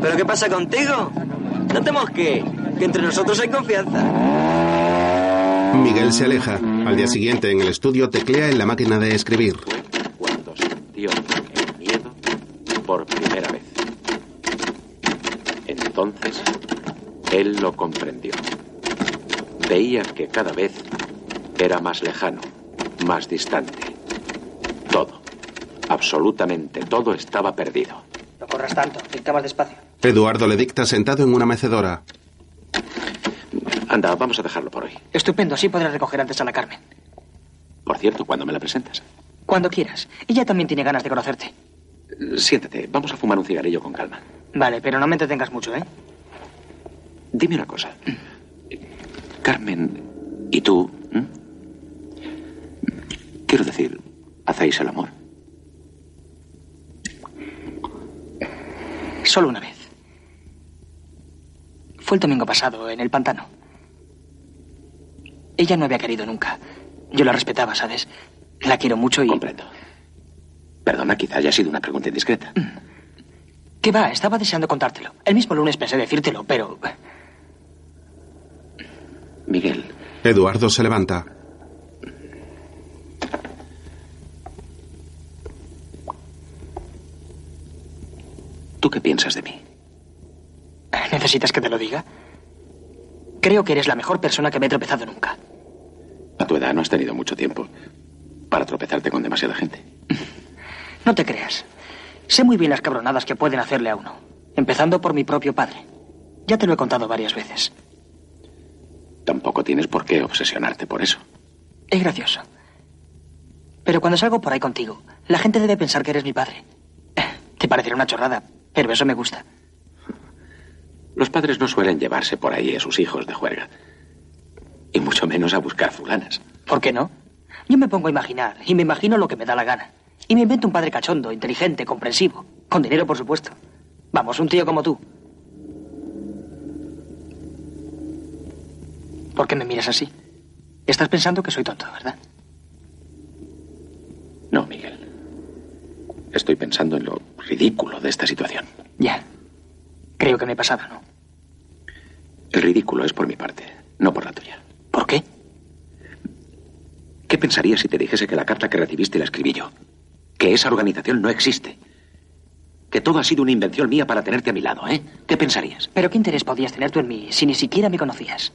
¿Pero qué pasa contigo? No te mosques, que entre nosotros hay confianza.
Miguel se aleja. Al día siguiente, en el estudio, teclea en la máquina de escribir.
Dios, qué por primera vez. Entonces, él lo comprendió. Veía que cada vez era más lejano, más distante. Todo, absolutamente todo estaba perdido.
No corras tanto, dicta más despacio.
Eduardo le dicta sentado en una mecedora.
Anda, vamos a dejarlo por hoy.
Estupendo, así podrás recoger antes a la Carmen.
Por cierto, ¿cuándo me la presentas?
Cuando quieras. Ella también tiene ganas de conocerte.
Siéntate, vamos a fumar un cigarrillo con calma.
Vale, pero no me entretengas mucho, ¿eh?
Dime una cosa. Carmen, ¿y tú? ¿m? Quiero decir, ¿hacéis el amor?
Solo una vez. Fue el domingo pasado, en el pantano. Ella no había querido nunca. Yo la respetaba, ¿sabes? La quiero mucho y...
Comprendo. Perdona, quizá haya sido una pregunta indiscreta.
¿Qué va? Estaba deseando contártelo. El mismo lunes pensé decírtelo, pero...
Miguel,
Eduardo se levanta.
¿tú qué piensas de mí?
¿Eh? ¿Necesitas que te lo diga? Creo que eres la mejor persona que me he tropezado nunca.
A tu edad no has tenido mucho tiempo para tropezarte con demasiada gente.
No te creas. Sé muy bien las cabronadas que pueden hacerle a uno. Empezando por mi propio padre. Ya te lo he contado varias veces.
Tampoco tienes por qué obsesionarte por eso.
Es gracioso. Pero cuando salgo por ahí contigo, la gente debe pensar que eres mi padre. Te parecerá una chorrada, pero eso me gusta.
Los padres no suelen llevarse por ahí a sus hijos de juerga. Y mucho menos a buscar fulanas.
¿Por qué no? Yo me pongo a imaginar, y me imagino lo que me da la gana. Y me invento un padre cachondo, inteligente, comprensivo. Con dinero, por supuesto. Vamos, un tío como tú. ¿Por qué me miras así? Estás pensando que soy tonto, ¿verdad?
No, Miguel. Estoy pensando en lo ridículo de esta situación.
Ya. Creo que me he pasado, ¿no?
El ridículo es por mi parte, no por la tuya.
¿Por qué?
¿Qué pensarías si te dijese que la carta que recibiste la escribí yo? Que esa organización no existe. Que todo ha sido una invención mía para tenerte a mi lado, ¿eh? ¿Qué pensarías?
¿Pero qué interés podías tener tú en mí si ni siquiera me conocías?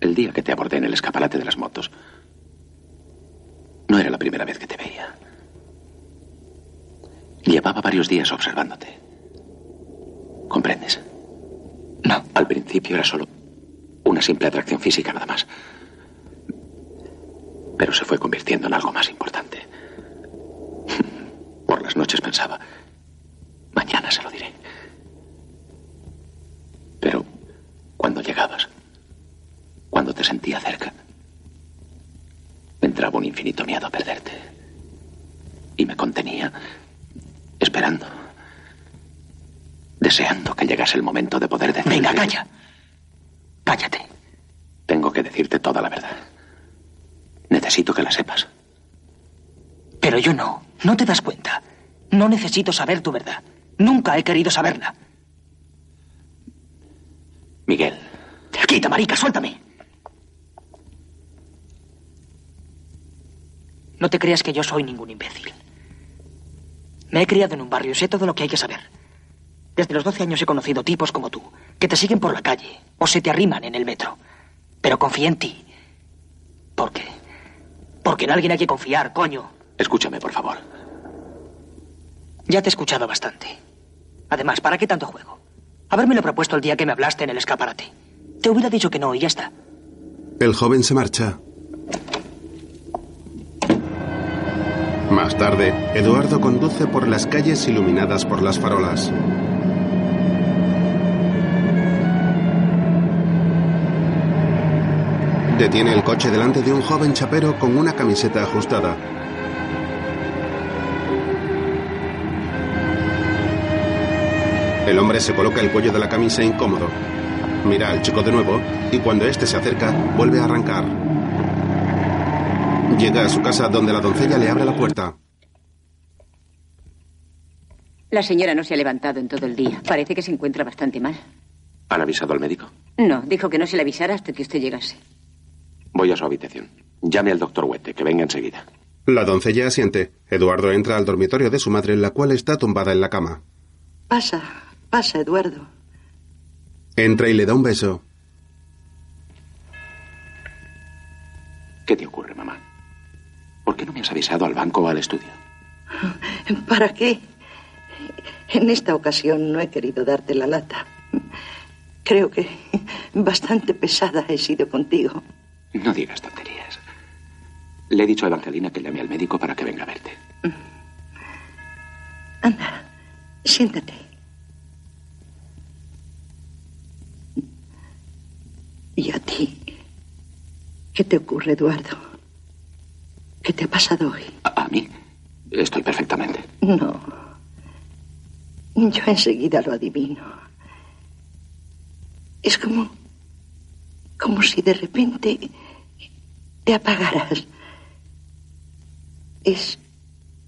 El día que te abordé en el escaparate de las motos, no era la primera vez que te veía. Llevaba varios días observándote. ¿Comprendes?
No.
Al principio era solo una simple atracción física nada más. Pero se fue convirtiendo en algo más importante. Por las noches pensaba, mañana se lo diré. Pero cuando llegabas, cuando te sentía cerca, me entraba un infinito miedo a perderte. Y me contenía, esperando, deseando que llegase el momento de poder decirte...
Venga, calla. Cállate.
Tengo que decirte toda la verdad. Necesito que la sepas.
Pero yo no. No te das cuenta. No necesito saber tu verdad. Nunca he querido saberla.
Miguel,
Quita, marica, suéltame. No te creas que yo soy ningún imbécil. Me he criado en un barrio y sé todo lo que hay que saber. Desde los 12 años he conocido tipos como tú, que te siguen por la calle o se te arriman en el metro. Pero confié en ti. ¿Por qué? Porque en alguien hay que confiar, coño.
escúchame, por favor.
Ya te he escuchado bastante. Además, ¿para qué tanto juego? Habérmelo propuesto el día que me hablaste en el escaparate. Te hubiera dicho que no y ya está.
El joven se marcha. Más tarde, Eduardo conduce por las calles iluminadas por las farolas. Detiene el coche delante de un joven chapero con una camiseta ajustada. El hombre se coloca el cuello de la camisa incómodo. Mira al chico de nuevo y cuando éste se acerca, vuelve a arrancar. Llega a su casa donde la doncella le abre la puerta.
La señora no se ha levantado en todo el día. Parece que se encuentra bastante mal.
¿Han avisado al médico?
No, dijo que no se le avisara hasta que usted llegase.
Voy a su habitación. Llame al doctor Huete, que venga enseguida.
La doncella asiente. Eduardo entra al dormitorio de su madre, la cual está tumbada en la cama.
Pasa, pasa, Eduardo.
Entra y le da un beso.
¿Qué te ocurre, mamá? ¿Por qué no me has avisado al banco o al estudio?
¿Para qué? En esta ocasión no he querido darte la lata. Creo que bastante pesada he sido contigo.
No digas tonterías. Le he dicho a Evangelina que llame al médico para que venga a verte.
Anda, siéntate. ¿Y a ti? ¿Qué te ocurre, Eduardo? ¿Qué te ha pasado hoy?
¿A, a mí? Estoy perfectamente.
No. Yo enseguida lo adivino. Es como. como si de repente te apagaras. Es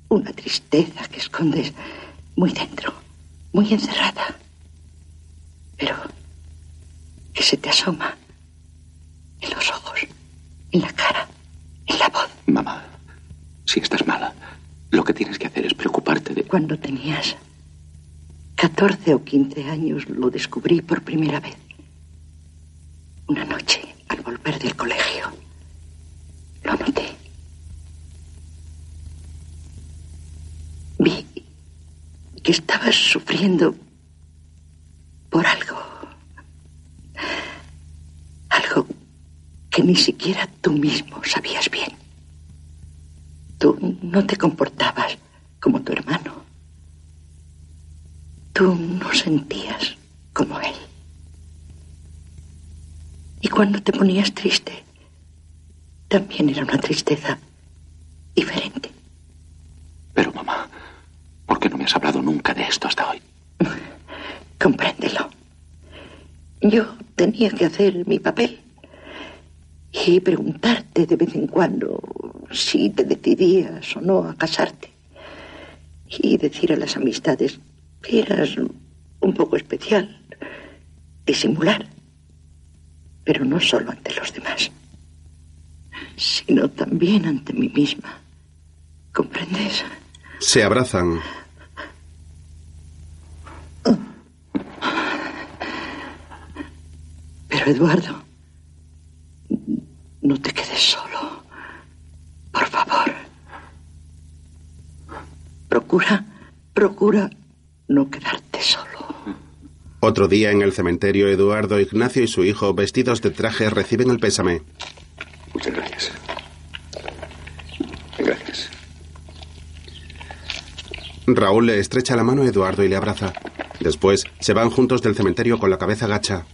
una tristeza que escondes muy dentro, muy encerrada. Pero que se te asoma en los ojos, en la cara, en la voz.
Mamá, si estás mala, lo que tienes que hacer es preocuparte de...
Cuando tenías 14 o 15 años lo descubrí por primera vez. Una noche, al volver del colegio, lo noté. Vi que estabas sufriendo por algo. Algo que ni siquiera tú mismo sabías bien. Tú no te comportabas como tu hermano. Tú no sentías como él. Y cuando te ponías triste, también era una tristeza diferente.
Pero mamá, ¿por qué no me has hablado nunca de esto hasta hoy?
Compréndelo. Yo tenía que hacer mi papel y preguntarte de vez en cuando si te decidías o no a casarte. Y decir a las amistades que eras un poco especial, disimular, pero no solo ante los demás, sino también ante mí misma. ¿Comprendes?
Se abrazan.
Pero Eduardo, no te quedes solo. Por favor. Procura, procura no quedarte solo.
Otro día en el cementerio, Eduardo, Ignacio y su hijo, vestidos de traje, reciben el pésame.
Muchas gracias. Gracias.
Raúl le estrecha la mano a Eduardo y le abraza. Después se van juntos del cementerio con la cabeza gacha.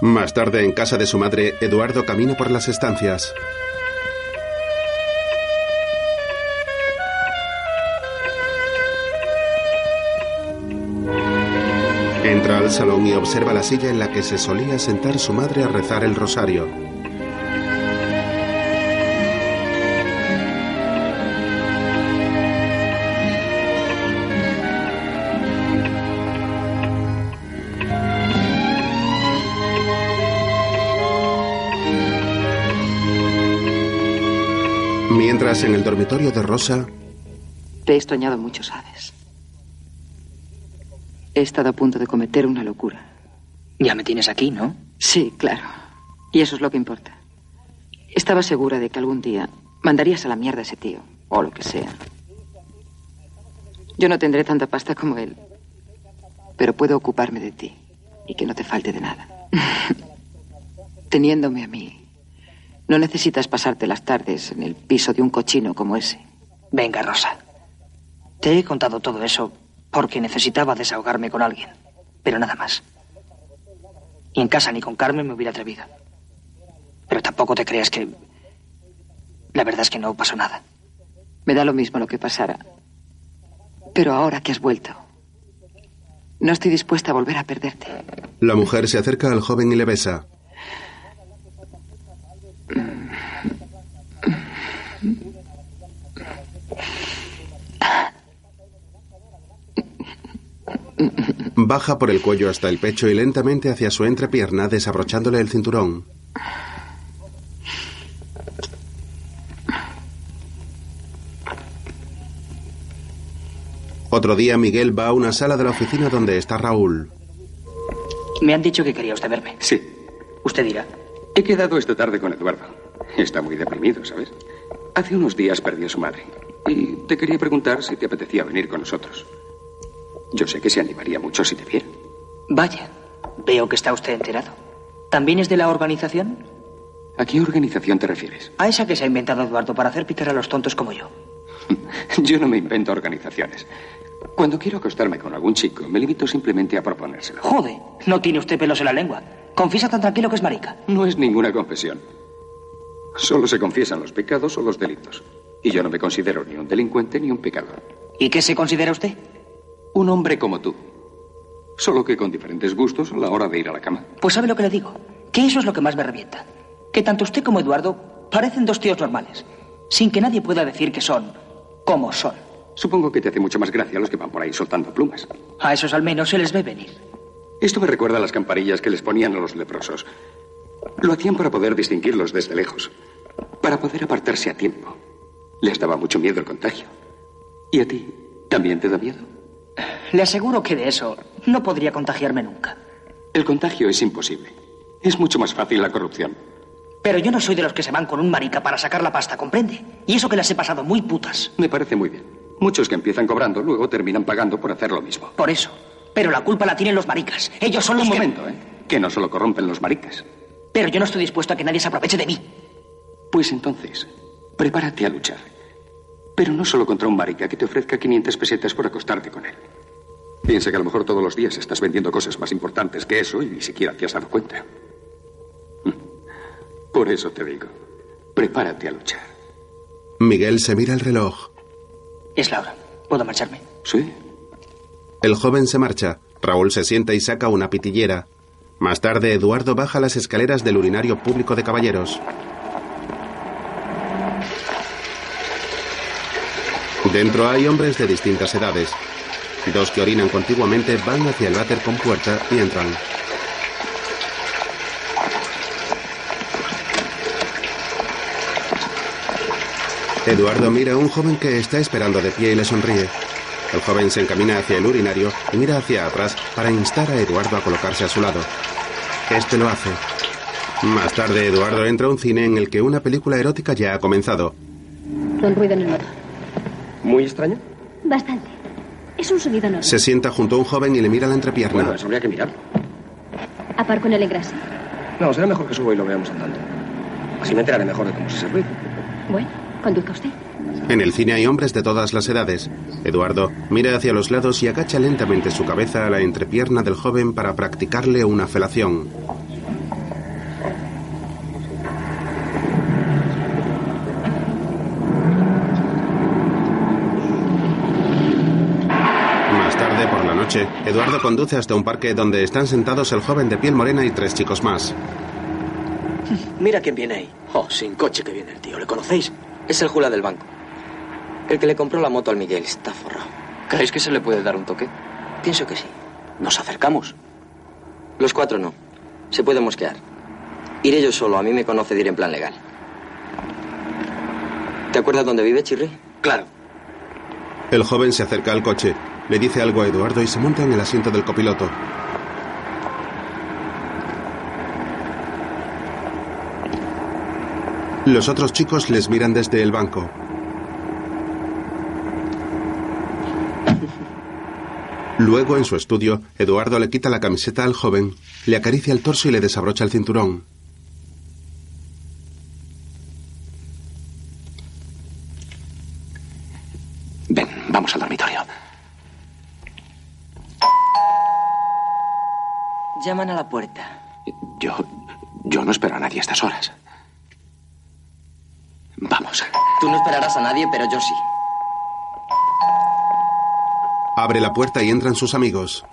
Más tarde, en casa de su madre, Eduardo camina por las estancias. Entra al salón y observa la silla en la que se solía sentar su madre a rezar el rosario. Mientras en el dormitorio de Rosa,
Te he extrañado mucho, sabes. He estado a punto de cometer una locura.
Ya me tienes aquí, ¿no?
Sí, claro. Y eso es lo que importa. Estaba segura de que algún día mandarías a la mierda a ese tío, o lo que sea. Yo no tendré tanta pasta como él, pero puedo ocuparme de ti y que no te falte de nada. Teniéndome a mí, no necesitas pasarte las tardes en el piso de un cochino como ese.
Venga, Rosa. Te he contado todo eso porque necesitaba desahogarme con alguien, pero nada más. Y en casa ni con Carmen me hubiera atrevido. Pero tampoco te creas que...
La verdad es que no pasó nada.
Me da lo mismo lo que pasara. Pero ahora que has vuelto, no estoy dispuesta a volver a perderte.
La mujer se acerca al joven y le besa. Baja por el cuello hasta el pecho y lentamente hacia su entrepierna desabrochándole el cinturón. Otro día Miguel va a una sala de la oficina donde está Raúl.
Me han dicho que quería usted verme.
Sí.
Usted dirá.
He quedado esta tarde con Eduardo. Está muy deprimido, ¿sabes? Hace unos días perdió a su madre. Y te quería preguntar si te apetecía venir con nosotros. Yo sé que se animaría mucho si te viera.
Vaya, veo que está usted enterado. ¿También es de la organización?
¿A qué organización te refieres?
A esa que se ha inventado Eduardo para hacer pitar a los tontos como yo.
Yo no me invento organizaciones. Cuando quiero acostarme con algún chico, me limito simplemente a proponérselo.
Jode, no tiene usted pelos en la lengua. Confiesa tan tranquilo que es marica.
No es ninguna confesión. Solo se confiesan los pecados o los delitos. Y yo no me considero ni un delincuente ni un pecador.
¿Y qué se considera usted?
Un hombre como tú. Solo que con diferentes gustos a la hora de ir a la cama.
Pues sabe lo que le digo. Que eso es lo que más me revienta. Que tanto usted como Eduardo parecen dos tíos normales. Sin que nadie pueda decir que son como son.
Supongo que te hace mucho más gracia los que van por ahí soltando plumas.
A esos al menos se les ve venir.
Esto me recuerda a las campanillas que les ponían a los leprosos. Lo hacían para poder distinguirlos desde lejos, para poder apartarse a tiempo. Les daba mucho miedo el contagio. ¿Y a ti? ¿También te da miedo?
Le aseguro que de eso no podría contagiarme nunca.
El contagio es imposible. Es mucho más fácil la corrupción.
Pero yo no soy de los que se van con un marica para sacar la pasta, ¿comprende? Y eso que las he pasado muy putas.
Me parece muy bien. Muchos que empiezan cobrando luego terminan pagando por hacer lo mismo.
Por eso. Pero la culpa la tienen los maricas. Ellos son los
Un
que...
momento, ¿eh? Que no solo corrompen los maricas.
Pero yo no estoy dispuesto a que nadie se aproveche de mí.
Pues entonces, prepárate a luchar. Pero no solo contra un marica que te ofrezca 500 pesetas por acostarte con él. Piensa que a lo mejor todos los días estás vendiendo cosas más importantes que eso y ni siquiera te has dado cuenta. Mm. Por eso te digo, prepárate a luchar.
Miguel se mira el reloj.
Es la hora. ¿Puedo marcharme?
Sí.
El joven se marcha. Raúl se sienta y saca una pitillera. Más tarde, Eduardo baja las escaleras del urinario público de caballeros. Dentro hay hombres de distintas edades. Dos que orinan contiguamente van hacia el váter con puerta y entran. Eduardo mira a un joven que está esperando de pie y le sonríe. El joven se encamina hacia el urinario y mira hacia atrás para instar a Eduardo a colocarse a su lado. Este lo hace. Más tarde, Eduardo entra a un cine en el que una película erótica ya ha comenzado.
Con ruido en el motor.
¿Muy extraño?
Bastante. Es un sonido normal.
Se sienta junto a un joven y le mira la entrepierna.
Bueno, eso habría que mirarlo.
Apar con el engrase.
No, será mejor que subo y lo veamos andando. Así me enteraré mejor de cómo se sirve.
Bueno, conduzca usted.
En el cine hay hombres de todas las edades. Eduardo mira hacia los lados y agacha lentamente su cabeza a la entrepierna del joven para practicarle una felación. Más tarde, por la noche, Eduardo conduce hasta un parque donde están sentados el joven de piel morena y tres chicos más.
Mira quién viene ahí. Oh, sin coche que viene el tío. ¿Le conocéis? Es el Jula del banco. El que le compró la moto al Miguel. Está forrado. ¿Creéis que se le puede dar un toque? Pienso que sí. Nos acercamos. Los cuatro no. Se puede mosquear. Iré yo solo. A mí me conoce de ir en plan legal. ¿Te acuerdas dónde vive, Chirri? Claro.
El joven se acerca al coche, le dice algo a Eduardo y se monta en el asiento del copiloto. Los otros chicos les miran desde el banco. Luego, en su estudio, Eduardo le quita la camiseta al joven, le acaricia el torso y le desabrocha el cinturón.
Ven, vamos al dormitorio. Llaman a la puerta.
Yo. Yo no espero a nadie a estas horas.
Vamos. Tú no esperarás a nadie, pero yo sí.
Abre la puerta y entran sus amigos.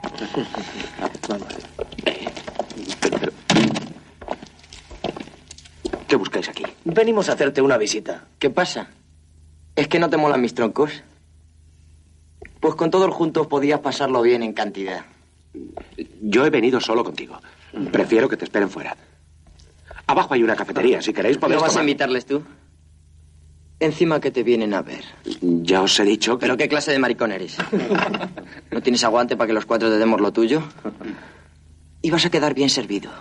¿Qué buscáis aquí?
Venimos a hacerte una visita.
¿Qué pasa? ¿Es que no te molan mis troncos? Pues con todos juntos podías pasarlo bien en cantidad.
Yo he venido solo contigo. Prefiero que te esperen fuera. Abajo hay una cafetería. Si queréis, podéis
¿No vas a
tomar.
invitarles tú? Encima que te vienen a ver.
Ya os he dicho que...
¿Pero qué clase de maricón eres? ¿No tienes aguante para que los cuatro te demos lo tuyo? Y vas a quedar bien servido.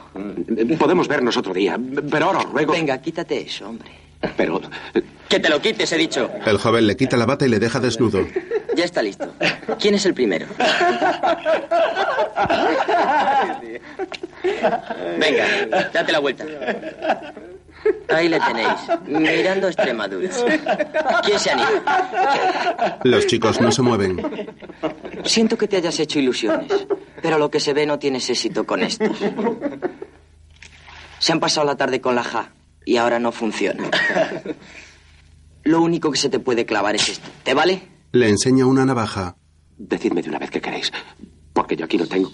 Podemos vernos otro día, pero ahora os ruego...
Venga, quítate eso, hombre.
Pero...
Que te lo quites, he dicho.
El joven le quita la bata y le deja desnudo.
Ya está listo. ¿Quién es el primero? Venga, date la vuelta. Ahí le tenéis, mirando Extremadura. ¿Quién se anima?
Los chicos no se mueven.
Siento que te hayas hecho ilusiones, pero lo que se ve no tienes éxito con esto. Se han pasado la tarde con la ja y ahora no funciona. Lo único que se te puede clavar es esto. ¿Te vale?
Le enseña una navaja.
Decidme de una vez qué queréis, porque yo aquí no tengo.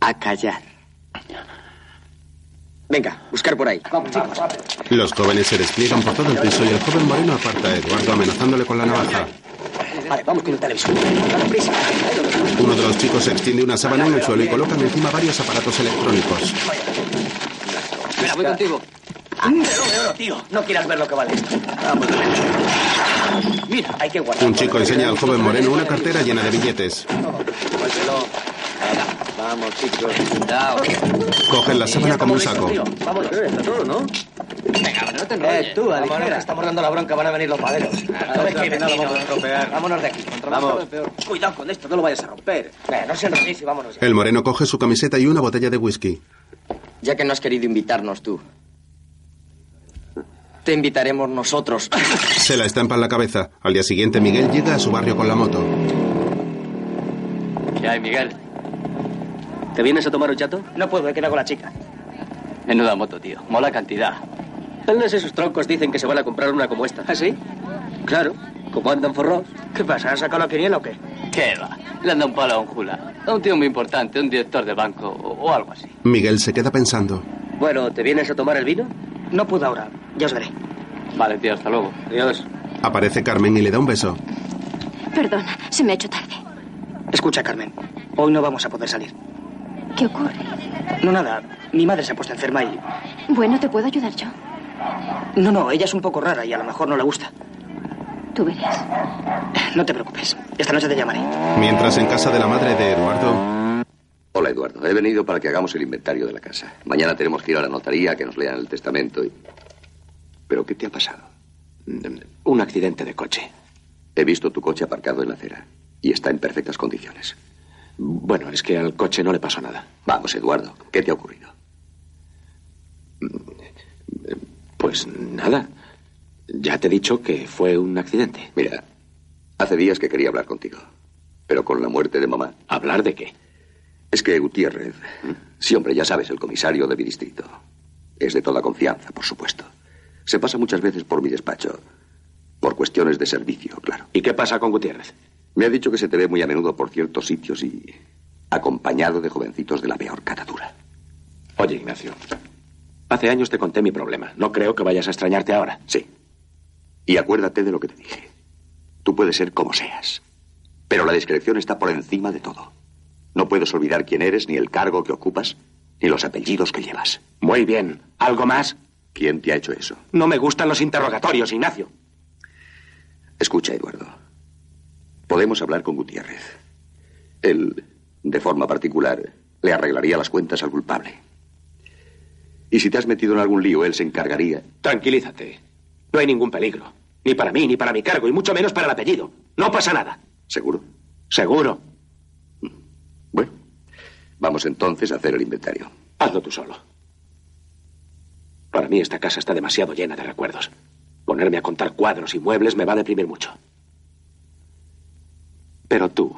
A callar. Venga, buscar por ahí. Vamos, chicos.
Los jóvenes se despliegan por todo el piso y el joven moreno aparta a Eduardo amenazándole con la navaja.
Vale, vamos con el televisor. Dale prisa.
Uno de los chicos extiende una sábana en el suelo y colocan encima varios aparatos electrónicos.
Mira, voy contigo.
Ah,
Mm.
tío. No quieras ver lo que vale esto. Vamos, Mira, hay que guardar.
Un chico enseña al joven moreno una cartera llena de billetes.
Vuélvelo. Vamos, chicos.
Cuidado.
Cogen la sábana como un saco.
Vamos, está todo, ¿no?
Venga, no te enrolles.
Eh,
Tú, a la ligera.
Estamos dando la bronca, van a venir los paderos.
Ah,
No ves que hay vecino. Vámonos de aquí. Vamos.
Cuidado con esto, no lo vayas a romper.
No se enrolléis y vámonos ya.
El moreno coge su camiseta y una botella de whisky.
Ya que no has querido invitarnos tú. Te invitaremos nosotros.
Se la estampa en la cabeza. Al día siguiente Miguel llega a su barrio con la moto.
¿Qué hay, Miguel? ¿Te vienes a tomar un chato?
No puedo, he quedado con la chica.
Menuda moto, tío. Mola cantidad. Todos esos troncos dicen que se van a comprar una como esta.
¿Ah, sí?
Claro, como andan forrados.
¿Qué pasa? ¿Has sacado la quiniela o qué?
¿Qué va? Le anda un palo a un jula. A un tío muy importante, un director de banco o, o algo así.
Miguel se queda pensando.
Bueno, ¿te vienes a tomar el vino?
No puedo ahora. Ya os veré.
Vale, tío, hasta luego. Adiós.
Aparece Carmen y le da un beso.
Perdona, se me ha hecho tarde.
Escucha, Carmen. Hoy no vamos a poder salir.
¿Qué ocurre?
No, nada. Mi madre se ha puesto enferma y...
Bueno, ¿te puedo ayudar yo?
No, no, ella es un poco rara y a lo mejor no le gusta.
Tú verás.
No te preocupes. Esta noche te llamaré.
Mientras en casa de la madre de Eduardo,
Hola, Eduardo. He venido para que hagamos el inventario de la casa. Mañana tenemos que ir a la notaría, que nos lean el testamento y... ¿Pero qué te ha pasado?
Un accidente de coche.
He visto tu coche aparcado en la acera y está en perfectas condiciones.
Bueno, es que al coche no le pasó nada.
Vamos, Eduardo, ¿qué te ha ocurrido?
Pues nada. Ya te he dicho que fue un accidente.
Mira, hace días que quería hablar contigo, pero con la muerte de mamá.
¿Hablar de qué?
Es que Gutiérrez, ¿Mm? sí, hombre, ya sabes, el comisario de mi distrito. Es de toda confianza, por supuesto. Se pasa muchas veces por mi despacho, por cuestiones de servicio, claro.
¿Y qué pasa con Gutiérrez?
Me ha dicho que se te ve muy a menudo por ciertos sitios y acompañado de jovencitos de la peor catadura.
Oye, Ignacio. Hace años te conté mi problema. No creo que vayas a extrañarte ahora.
Sí. Y acuérdate de lo que te dije. Tú puedes ser como seas, pero la discreción está por encima de todo. No puedes olvidar quién eres, ni el cargo que ocupas, ni los apellidos que llevas.
Muy bien. ¿Algo más?
¿Quién te ha hecho eso?
No me gustan los interrogatorios, Ignacio.
Escucha, Eduardo. Podemos hablar con Gutiérrez. Él, de forma particular, le arreglaría las cuentas al culpable. Y si te has metido en algún lío, él se encargaría.
Tranquilízate. No hay ningún peligro. Ni para mí, ni para mi cargo, y mucho menos para el apellido. No pasa nada.
¿Seguro?
Seguro.
Bueno, vamos entonces a hacer el inventario.
Hazlo tú solo. Para mí esta casa está demasiado llena de recuerdos. Ponerme a contar cuadros y muebles me va a deprimir mucho. Pero tú,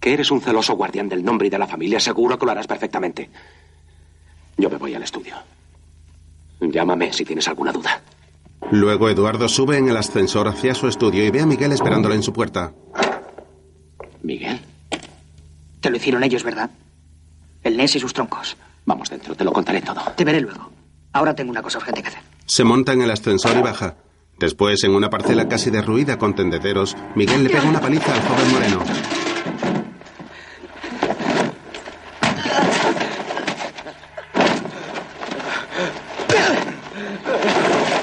que eres un celoso guardián del nombre y de la familia, seguro que lo harás perfectamente. Yo me voy al estudio. Llámame si tienes alguna duda.
Luego Eduardo sube en el ascensor hacia su estudio y ve a Miguel esperándola en su puerta.
Miguel,
Te lo hicieron ellos, ¿verdad? El NES y sus troncos.
vamos dentro, te lo contaré todo.
Te veré luego. Ahora tengo una cosa urgente que hacer.
Se monta en el ascensor y baja. Después, en una parcela casi derruida con tendederos, Miguel le pega una paliza al joven moreno.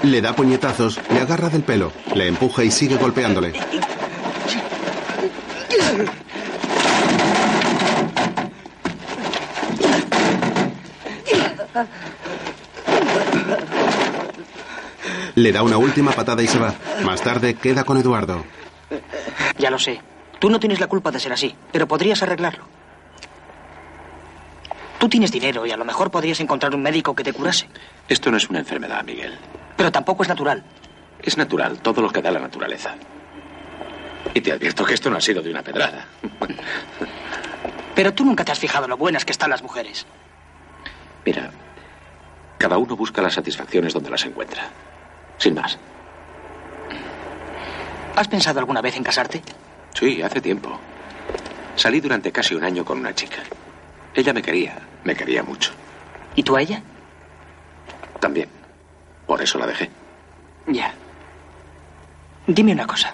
Le da puñetazos, le agarra del pelo, le empuja y sigue golpeándole. Le da una última patada y se va. Más tarde queda con Eduardo.
Ya lo sé. Tú no tienes la culpa de ser así, pero podrías arreglarlo. Tú tienes dinero y a lo mejor podrías encontrar un médico que te curase.
Esto no es una enfermedad, Miguel.
Pero tampoco es natural.
Es natural, todo lo que da la naturaleza. Y te advierto que esto no ha sido de una pedrada.
Pero tú nunca te has fijado lo buenas que están las mujeres.
Mira, cada uno busca las satisfacciones donde las encuentra. Sin más.
¿Has pensado alguna vez en casarte?
Sí, hace tiempo. Salí durante casi un año con una chica. Ella me quería, me quería mucho.
¿Y tú a ella?
También. Por eso la dejé.
Ya. Dime una cosa.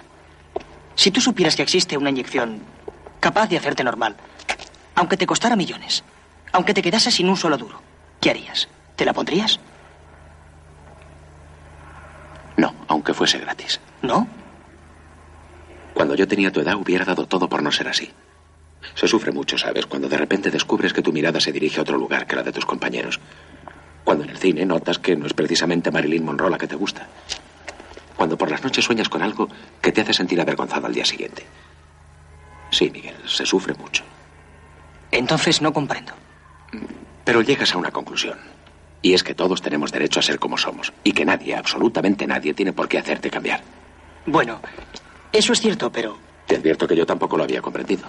Si tú supieras que existe una inyección capaz de hacerte normal, aunque te costara millones, aunque te quedases sin un solo duro, ¿qué harías? ¿Te la pondrías?
No, aunque fuese gratis.
¿No?
Cuando yo tenía tu edad hubiera dado todo por no ser así. Se sufre mucho, ¿sabes? Cuando de repente descubres que tu mirada se dirige a otro lugar que la de tus compañeros. Cuando en el cine notas que no es precisamente Marilyn Monroe la que te gusta. Cuando por las noches sueñas con algo que te hace sentir avergonzado al día siguiente. Sí, Miguel, se sufre mucho.
Entonces no comprendo.
Pero llegas a una conclusión. Y es que todos tenemos derecho a ser como somos. Y que nadie, absolutamente nadie, tiene por qué hacerte cambiar.
Bueno, eso es cierto, pero...
Te advierto que yo tampoco lo había comprendido.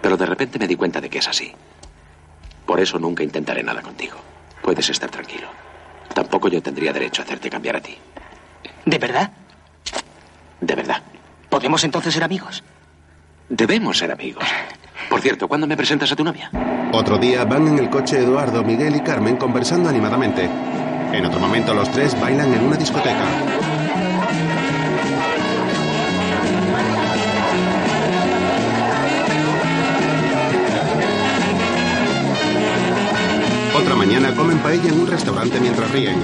Pero de repente me di cuenta de que es así. Por eso nunca intentaré nada contigo. Puedes estar tranquilo. Tampoco yo tendría derecho a hacerte cambiar a ti.
¿De verdad?
De verdad.
¿Podemos entonces ser amigos?
Debemos ser amigos. Por cierto, ¿cuándo me presentas a tu novia?
Otro día van en el coche Eduardo, Miguel y Carmen conversando animadamente. En otro momento los tres bailan en una discoteca. Otra mañana comen paella en un restaurante mientras ríen.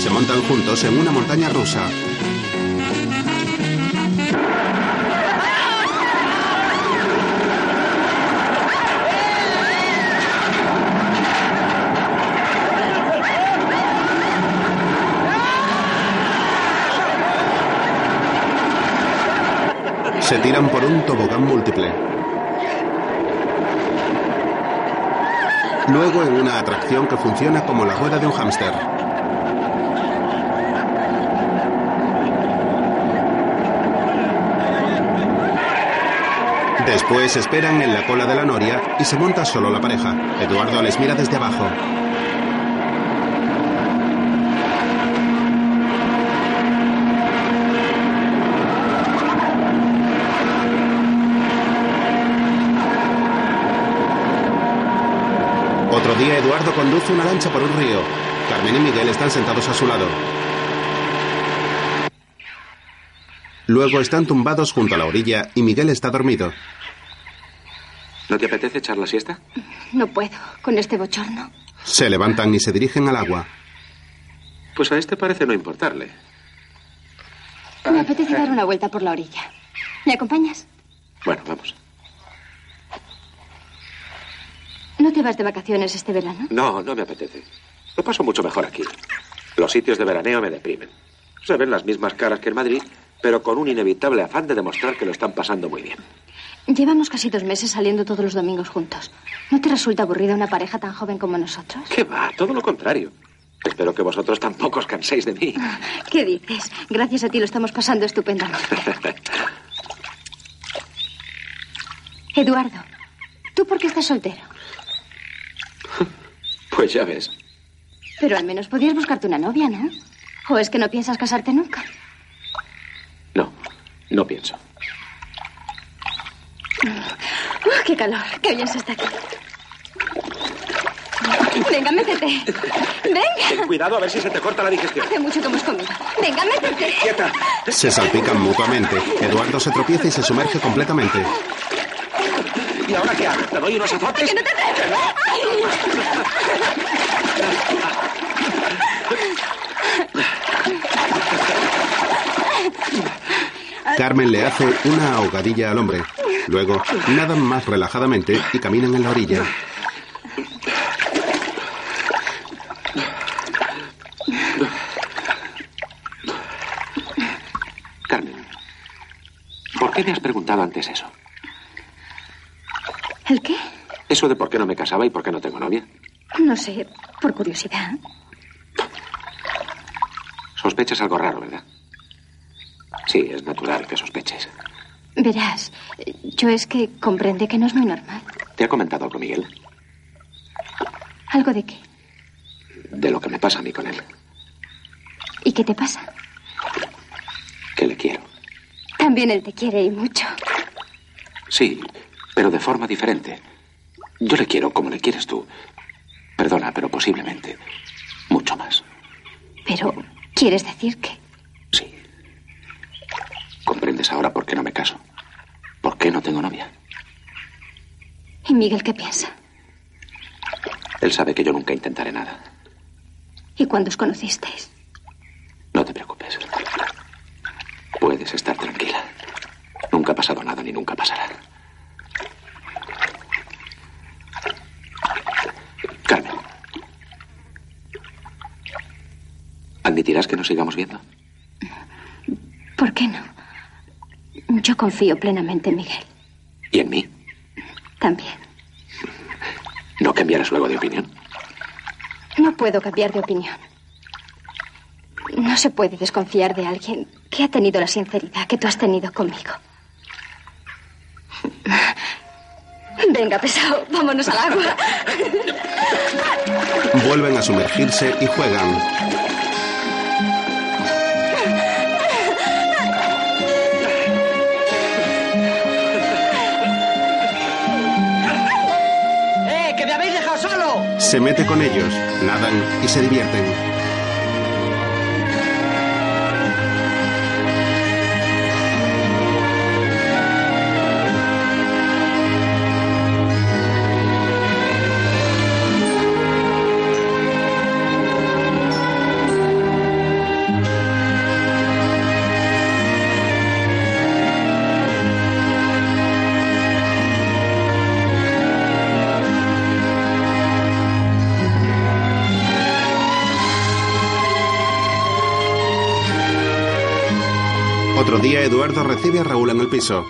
Se montan juntos en una montaña rusa. Se tiran por un tobogán múltiple. Luego en una atracción que funciona como la rueda de un hámster. Después esperan en la cola de la noria y se monta solo la pareja. Eduardo les mira desde abajo. Otro día Eduardo conduce una lancha por un río. Carmen y Miguel están sentados a su lado. Luego están tumbados junto a la orilla y Miguel está dormido.
¿No te apetece echar la siesta?
No puedo con este bochorno.
Se levantan y se dirigen al agua.
Pues a este parece no importarle.
Me apetece dar una vuelta por la orilla. ¿Me acompañas?
Bueno, vamos.
¿No te vas de vacaciones este verano?
No, no me apetece. Lo paso mucho mejor aquí. Los sitios de veraneo me deprimen. Se ven las mismas caras que en Madrid, pero con un inevitable afán de demostrar que lo están pasando muy bien.
Llevamos casi dos meses saliendo todos los domingos juntos. ¿No te resulta aburrida una pareja tan joven como nosotros?
¿Qué va? Todo lo contrario. Espero que vosotros tampoco os canséis de mí.
¿Qué dices? Gracias a ti lo estamos pasando estupendamente. Eduardo, ¿tú por qué estás soltero?
Pues ya ves.
Pero al menos podías buscarte una novia, ¿no? ¿O es que no piensas casarte nunca?
No pienso.
¡Oh, ¡Qué calor! ¡Qué bien se está aquí! Venga, métete. Venga.
Cuidado a ver si se te corta la digestión.
Hace mucho que hemos comido. Venga, métete.
¡Quieta!
Se salpican mutuamente. Eduardo se tropieza y se sumerge completamente.
¿Y ahora qué hago? ¿Te doy unos azotes?
¡Que no te atreves!
Carmen le hace una ahogadilla al hombre. Luego nadan más relajadamente y caminan en la orilla.
Carmen, ¿por qué me has preguntado antes eso?
¿El qué?
Eso de por qué no me casaba y por qué no tengo novia.
No sé, por curiosidad.
Sospechas algo raro, ¿verdad? Sí, es natural que sospeches.
Verás, yo es que comprende que no es muy normal.
¿Te ha comentado algo, Miguel?
¿Algo de qué?
De lo que me pasa a mí con él.
¿Y qué te pasa?
Que le quiero.
También él te quiere y mucho.
Sí, pero de forma diferente. Yo le quiero como le quieres tú. Perdona, pero posiblemente. Mucho más.
Pero, ¿quieres decir que
¿Comprendes ahora por qué no me caso? ¿Por qué no tengo novia?
¿Y Miguel qué piensa?
Él sabe que yo nunca intentaré nada.
¿Y cuándo os conocisteis?
No te preocupes. Puedes estar tranquila. Nunca ha pasado nada ni nunca pasará. Carmen. ¿Admitirás que nos sigamos viendo?
¿Por qué no? Yo confío plenamente en Miguel.
¿Y en mí?
También.
¿No cambiarás luego de opinión?
No puedo cambiar de opinión. No se puede desconfiar de alguien que ha tenido la sinceridad que tú has tenido conmigo. Venga, pesado, vámonos al agua.
Vuelven a sumergirse y juegan.
¡Eh, que me habéis dejado solo!
Se mete con ellos, nadan y se divierten. Otro día Eduardo recibe a Raúl en el piso.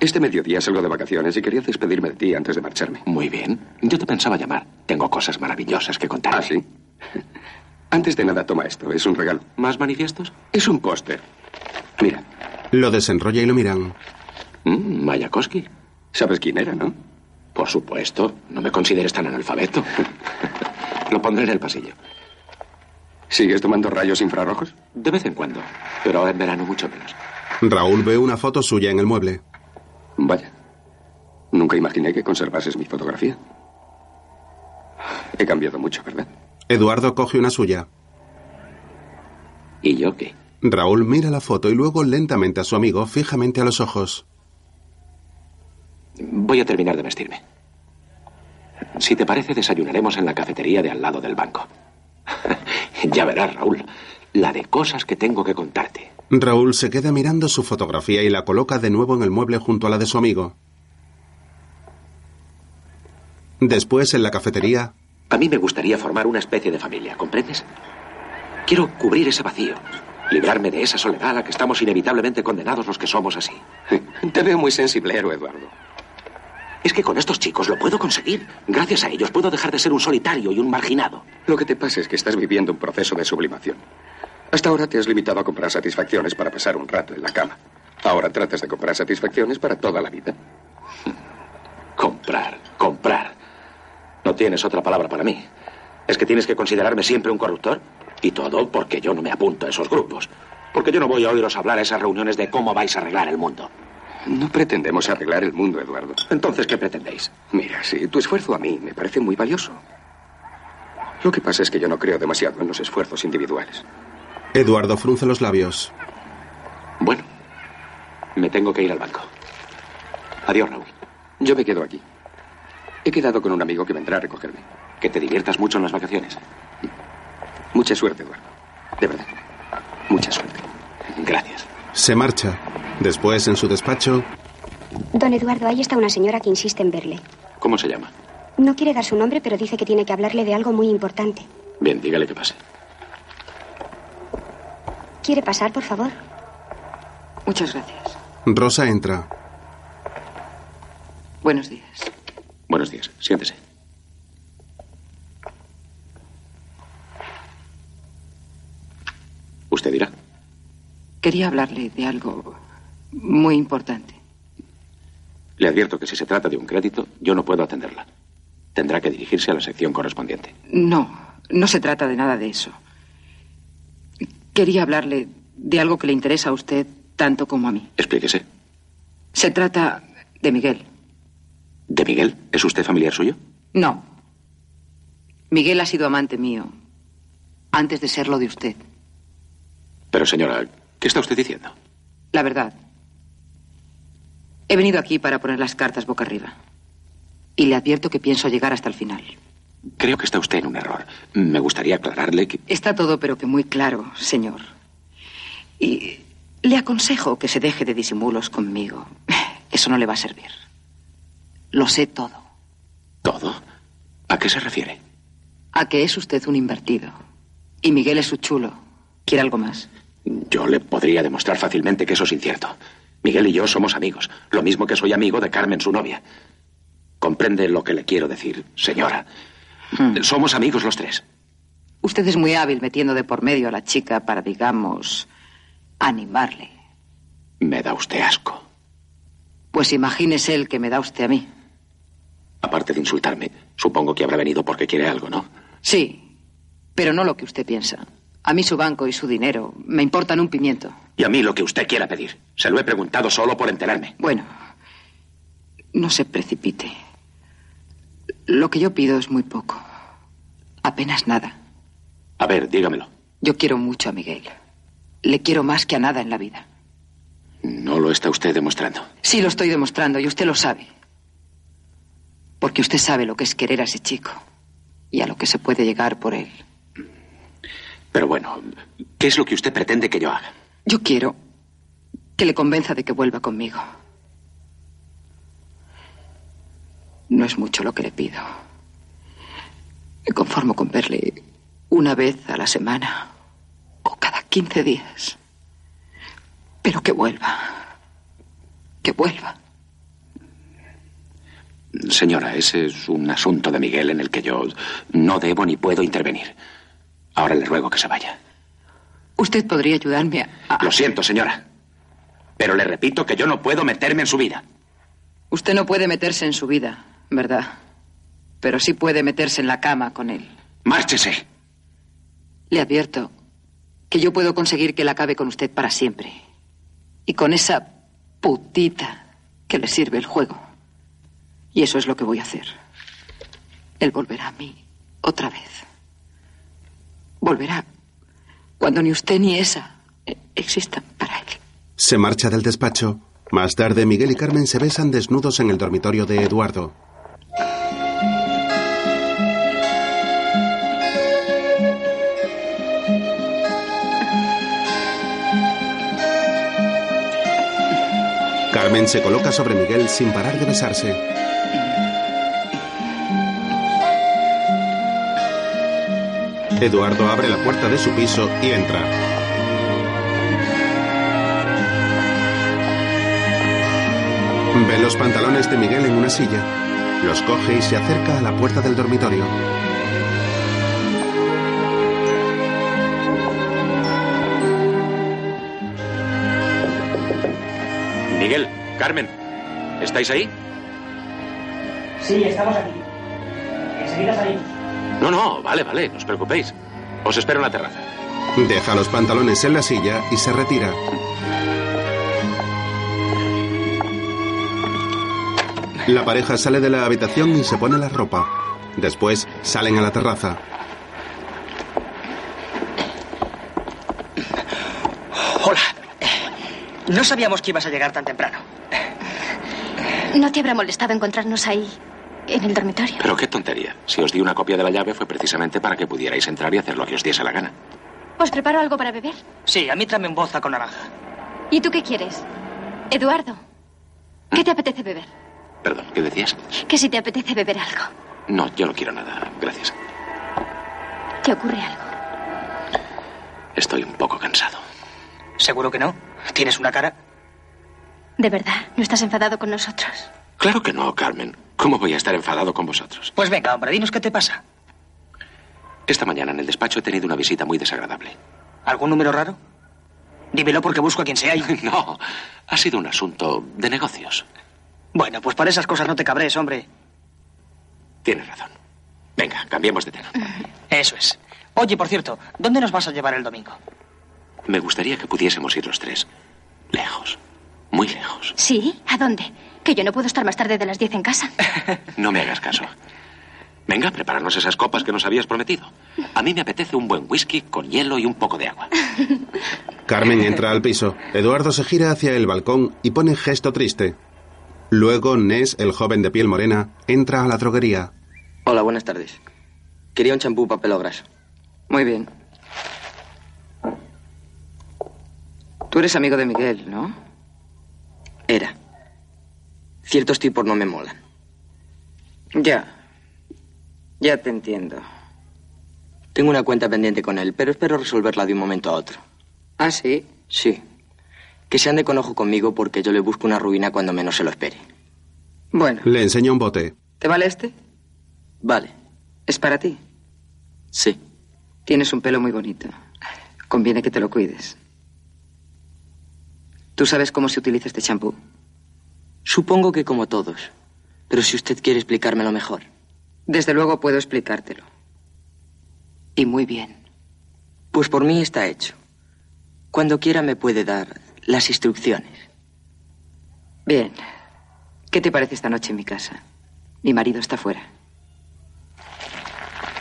Este mediodía salgo de vacaciones y quería despedirme de ti antes de marcharme.
Muy bien. Yo te pensaba llamar. Tengo cosas maravillosas que contar.
¿Ah, sí? Antes de nada, toma esto. Es un regalo.
¿Más manifiestos?
Es un póster. Mira.
Lo desenrolla y lo miran.
Mm, Mayakovsky.
¿Sabes quién era, no?
Por supuesto. No me consideres tan analfabeto. Lo pondré en el pasillo.
¿Sigues tomando rayos infrarrojos?
De vez en cuando. Pero ahora en verano mucho menos.
Raúl ve una foto suya en el mueble.
Vaya. Nunca imaginé que conservases mi fotografía. He cambiado mucho, ¿verdad?
Eduardo coge una suya.
¿Y yo qué?
Raúl mira la foto y luego lentamente a su amigo, fijamente a los ojos.
Voy a terminar de vestirme. Si te parece, desayunaremos en la cafetería de al lado del banco. ya verás, Raúl, la de cosas que tengo que contarte.
Raúl se queda mirando su fotografía y la coloca de nuevo en el mueble junto a la de su amigo. Después, en la cafetería,
A mí me gustaría formar una especie de familia, ¿comprendes? Quiero cubrir ese vacío, librarme de esa soledad a la que estamos inevitablemente condenados los que somos así.
Te veo muy sensiblero, Eduardo.
Es que con estos chicos lo puedo conseguir. Gracias a ellos puedo dejar de ser un solitario y un marginado.
Lo que te pasa es que estás viviendo un proceso de sublimación. Hasta ahora te has limitado a comprar satisfacciones para pasar un rato en la cama. Ahora tratas de comprar satisfacciones para toda la vida.
Comprar, comprar. No tienes otra palabra para mí. Es que tienes que considerarme siempre un corruptor. Y todo porque yo no me apunto a esos grupos. Porque yo no voy a oíros hablar a esas reuniones de cómo vais a arreglar el mundo.
No pretendemos arreglar el mundo, Eduardo.
Entonces, ¿qué pretendéis?
Mira, sí, tu esfuerzo a mí me parece muy valioso. Lo que pasa es que yo no creo demasiado en los esfuerzos individuales.
Eduardo frunce los labios.
Bueno, me tengo que ir al banco. Adiós, Raúl.
Yo me quedo aquí. He quedado con un amigo que vendrá a recogerme.
Que te diviertas mucho en las vacaciones.
Mucha suerte, Eduardo. De verdad. Mucha suerte.
Gracias.
Se marcha. Después, en su despacho,
Don Eduardo, ahí está una señora que insiste en verle.
¿Cómo se llama?
No quiere dar su nombre, pero dice que tiene que hablarle de algo muy importante.
Bien, dígale que pase.
¿Quiere pasar, por favor?
Muchas gracias.
Rosa entra.
Buenos días.
Buenos días. Siéntese. Usted dirá.
Quería hablarle de algo muy importante.
Le advierto que si se trata de un crédito, yo no puedo atenderla. Tendrá que dirigirse a la sección correspondiente.
No, no se trata de nada de eso. Quería hablarle de algo que le interesa a usted tanto como a mí.
Explíquese.
Se trata de Miguel.
¿De Miguel? ¿Es usted familiar suyo?
No. Miguel ha sido amante mío antes de serlo de usted.
Pero señora, ¿qué está usted diciendo?
La verdad. He venido aquí para poner las cartas boca arriba. Y le advierto que pienso llegar hasta el final.
Creo que está usted en un error. Me gustaría aclararle que...
Está todo, pero que muy claro, señor. Y le aconsejo que se deje de disimulos conmigo. Eso no le va a servir. Lo sé todo.
¿Todo? ¿A qué se refiere?
A que es usted un invertido. Y Miguel es su chulo. ¿Quiere algo más?
Yo le podría demostrar fácilmente que eso es incierto. Miguel y yo somos amigos, lo mismo que soy amigo de Carmen, su novia. Comprende lo que le quiero decir, señora.
Hmm.
Somos amigos los tres.
Usted es muy hábil metiendo de por medio a la chica para, digamos, animarle.
Me da usted asco.
Pues imagínese el que me da usted a mí.
Aparte de insultarme, supongo que habrá venido porque quiere algo, ¿no?
Sí, pero no lo que usted piensa. A mí su banco y su dinero me importan un pimiento.
Y a mí lo que usted quiera pedir. Se lo he preguntado solo por enterarme.
Bueno, no se precipite. Lo que yo pido es muy poco. Apenas nada.
A ver, dígamelo.
Yo quiero mucho a Miguel. Le quiero más que a nada en la vida.
No lo está usted demostrando.
Sí, lo estoy demostrando y usted lo sabe. Porque usted sabe lo que es querer a ese chico y a lo que se puede llegar por él.
Pero bueno, ¿qué es lo que usted pretende que yo haga?
Yo quiero que le convenza de que vuelva conmigo. No es mucho lo que le pido. Me conformo con verle una vez a la semana o cada 15 días. Pero que vuelva. Que vuelva.
Señora, ese es un asunto de Miguel en el que yo no debo ni puedo intervenir. Ahora le ruego que se vaya.
Usted podría ayudarme a...
Lo siento, señora. Pero le repito que yo no puedo meterme en su vida.
Usted no puede meterse en su vida, ¿verdad? Pero sí puede meterse en la cama con él.
Márchese.
Le advierto que yo puedo conseguir que él acabe con usted para siempre. Y con esa putita que le sirve el juego. Y eso es lo que voy a hacer. Él volverá a mí otra vez. Volverá cuando ni usted ni esa eh, existan para él.
Se marcha del despacho. Más tarde, Miguel y Carmen se besan desnudos en el dormitorio de Eduardo. Carmen se coloca sobre Miguel sin parar de besarse. Eduardo abre la puerta de su piso y entra. Ve los pantalones de Miguel en una silla. Los coge y se acerca a la puerta del dormitorio.
Miguel, Carmen, ¿estáis ahí?
Sí, estamos aquí. Enseguida salimos.
No, no, vale, vale, no os preocupéis. Os espero en la terraza.
Deja los pantalones en la silla y se retira. La pareja sale de la habitación y se pone la ropa. Después salen a la terraza.
Hola. Eh, No sabíamos que ibas a llegar tan temprano.
¿No te habrá molestado encontrarnos ahí, en el dormitorio?
Pero qué tontería. Si os di una copia de la llave fue precisamente para que pudierais entrar y hacer lo que os diese la gana.
¿Os preparo algo para beber?
Sí, a mí tráeme un boza con naranja.
¿Y tú qué quieres? Eduardo, ¿qué te apetece beber?
Perdón, ¿qué decías?
Que si te apetece beber algo,
No, yo no quiero nada. Gracias.
¿te ocurre algo?
Estoy un poco cansado.
Seguro que no. Tienes una cara.
¿De verdad? ¿No estás enfadado con nosotros?
Claro que no, Carmen. ¿Cómo voy a estar enfadado con vosotros?
Pues venga, hombre, dinos qué te pasa.
Esta mañana en el despacho he tenido una visita muy desagradable.
¿Algún número raro? Dímelo porque busco a quien sea y...
No, ha sido un asunto de negocios.
Bueno, pues para esas cosas no te cabres, hombre.
Tienes razón. Venga, cambiemos de tema.
Eso es. Oye, por cierto, ¿dónde nos vas a llevar el domingo?
Me gustaría que pudiésemos ir los tres. Lejos. Muy lejos.
¿Sí? ¿A dónde? Que yo no puedo estar más tarde de las 10 en casa.
No me hagas caso. Venga, prepararnos esas copas que nos habías prometido. A mí me apetece un buen whisky con hielo y un poco de agua.
Carmen entra al piso. Eduardo se gira hacia el balcón y pone gesto triste. Luego Ness, el joven de piel morena, entra a la droguería.
Hola, buenas tardes. Quería un champú para pelo graso.
Muy bien. Tú eres amigo de Miguel, ¿no?
Era. Ciertos tipos no me molan.
Ya. Ya te entiendo.
Tengo una cuenta pendiente con él, pero espero resolverla de un momento a otro.
Ah, sí.
Sí. Que se ande con ojo conmigo porque yo le busco una ruina cuando menos se lo espere.
Bueno,
Le enseña un bote.
¿te vale este?
Vale.
¿Es para ti?
Sí.
Tienes un pelo muy bonito. Conviene que te lo cuides. ¿Tú sabes cómo se utiliza este champú?
Supongo que como todos. Pero si usted quiere explicármelo mejor.
Desde luego puedo explicártelo. Y muy bien.
Pues por mí está hecho. Cuando quiera me puede dar las instrucciones.
Bien. ¿Qué te parece esta noche en mi casa? Mi marido está fuera.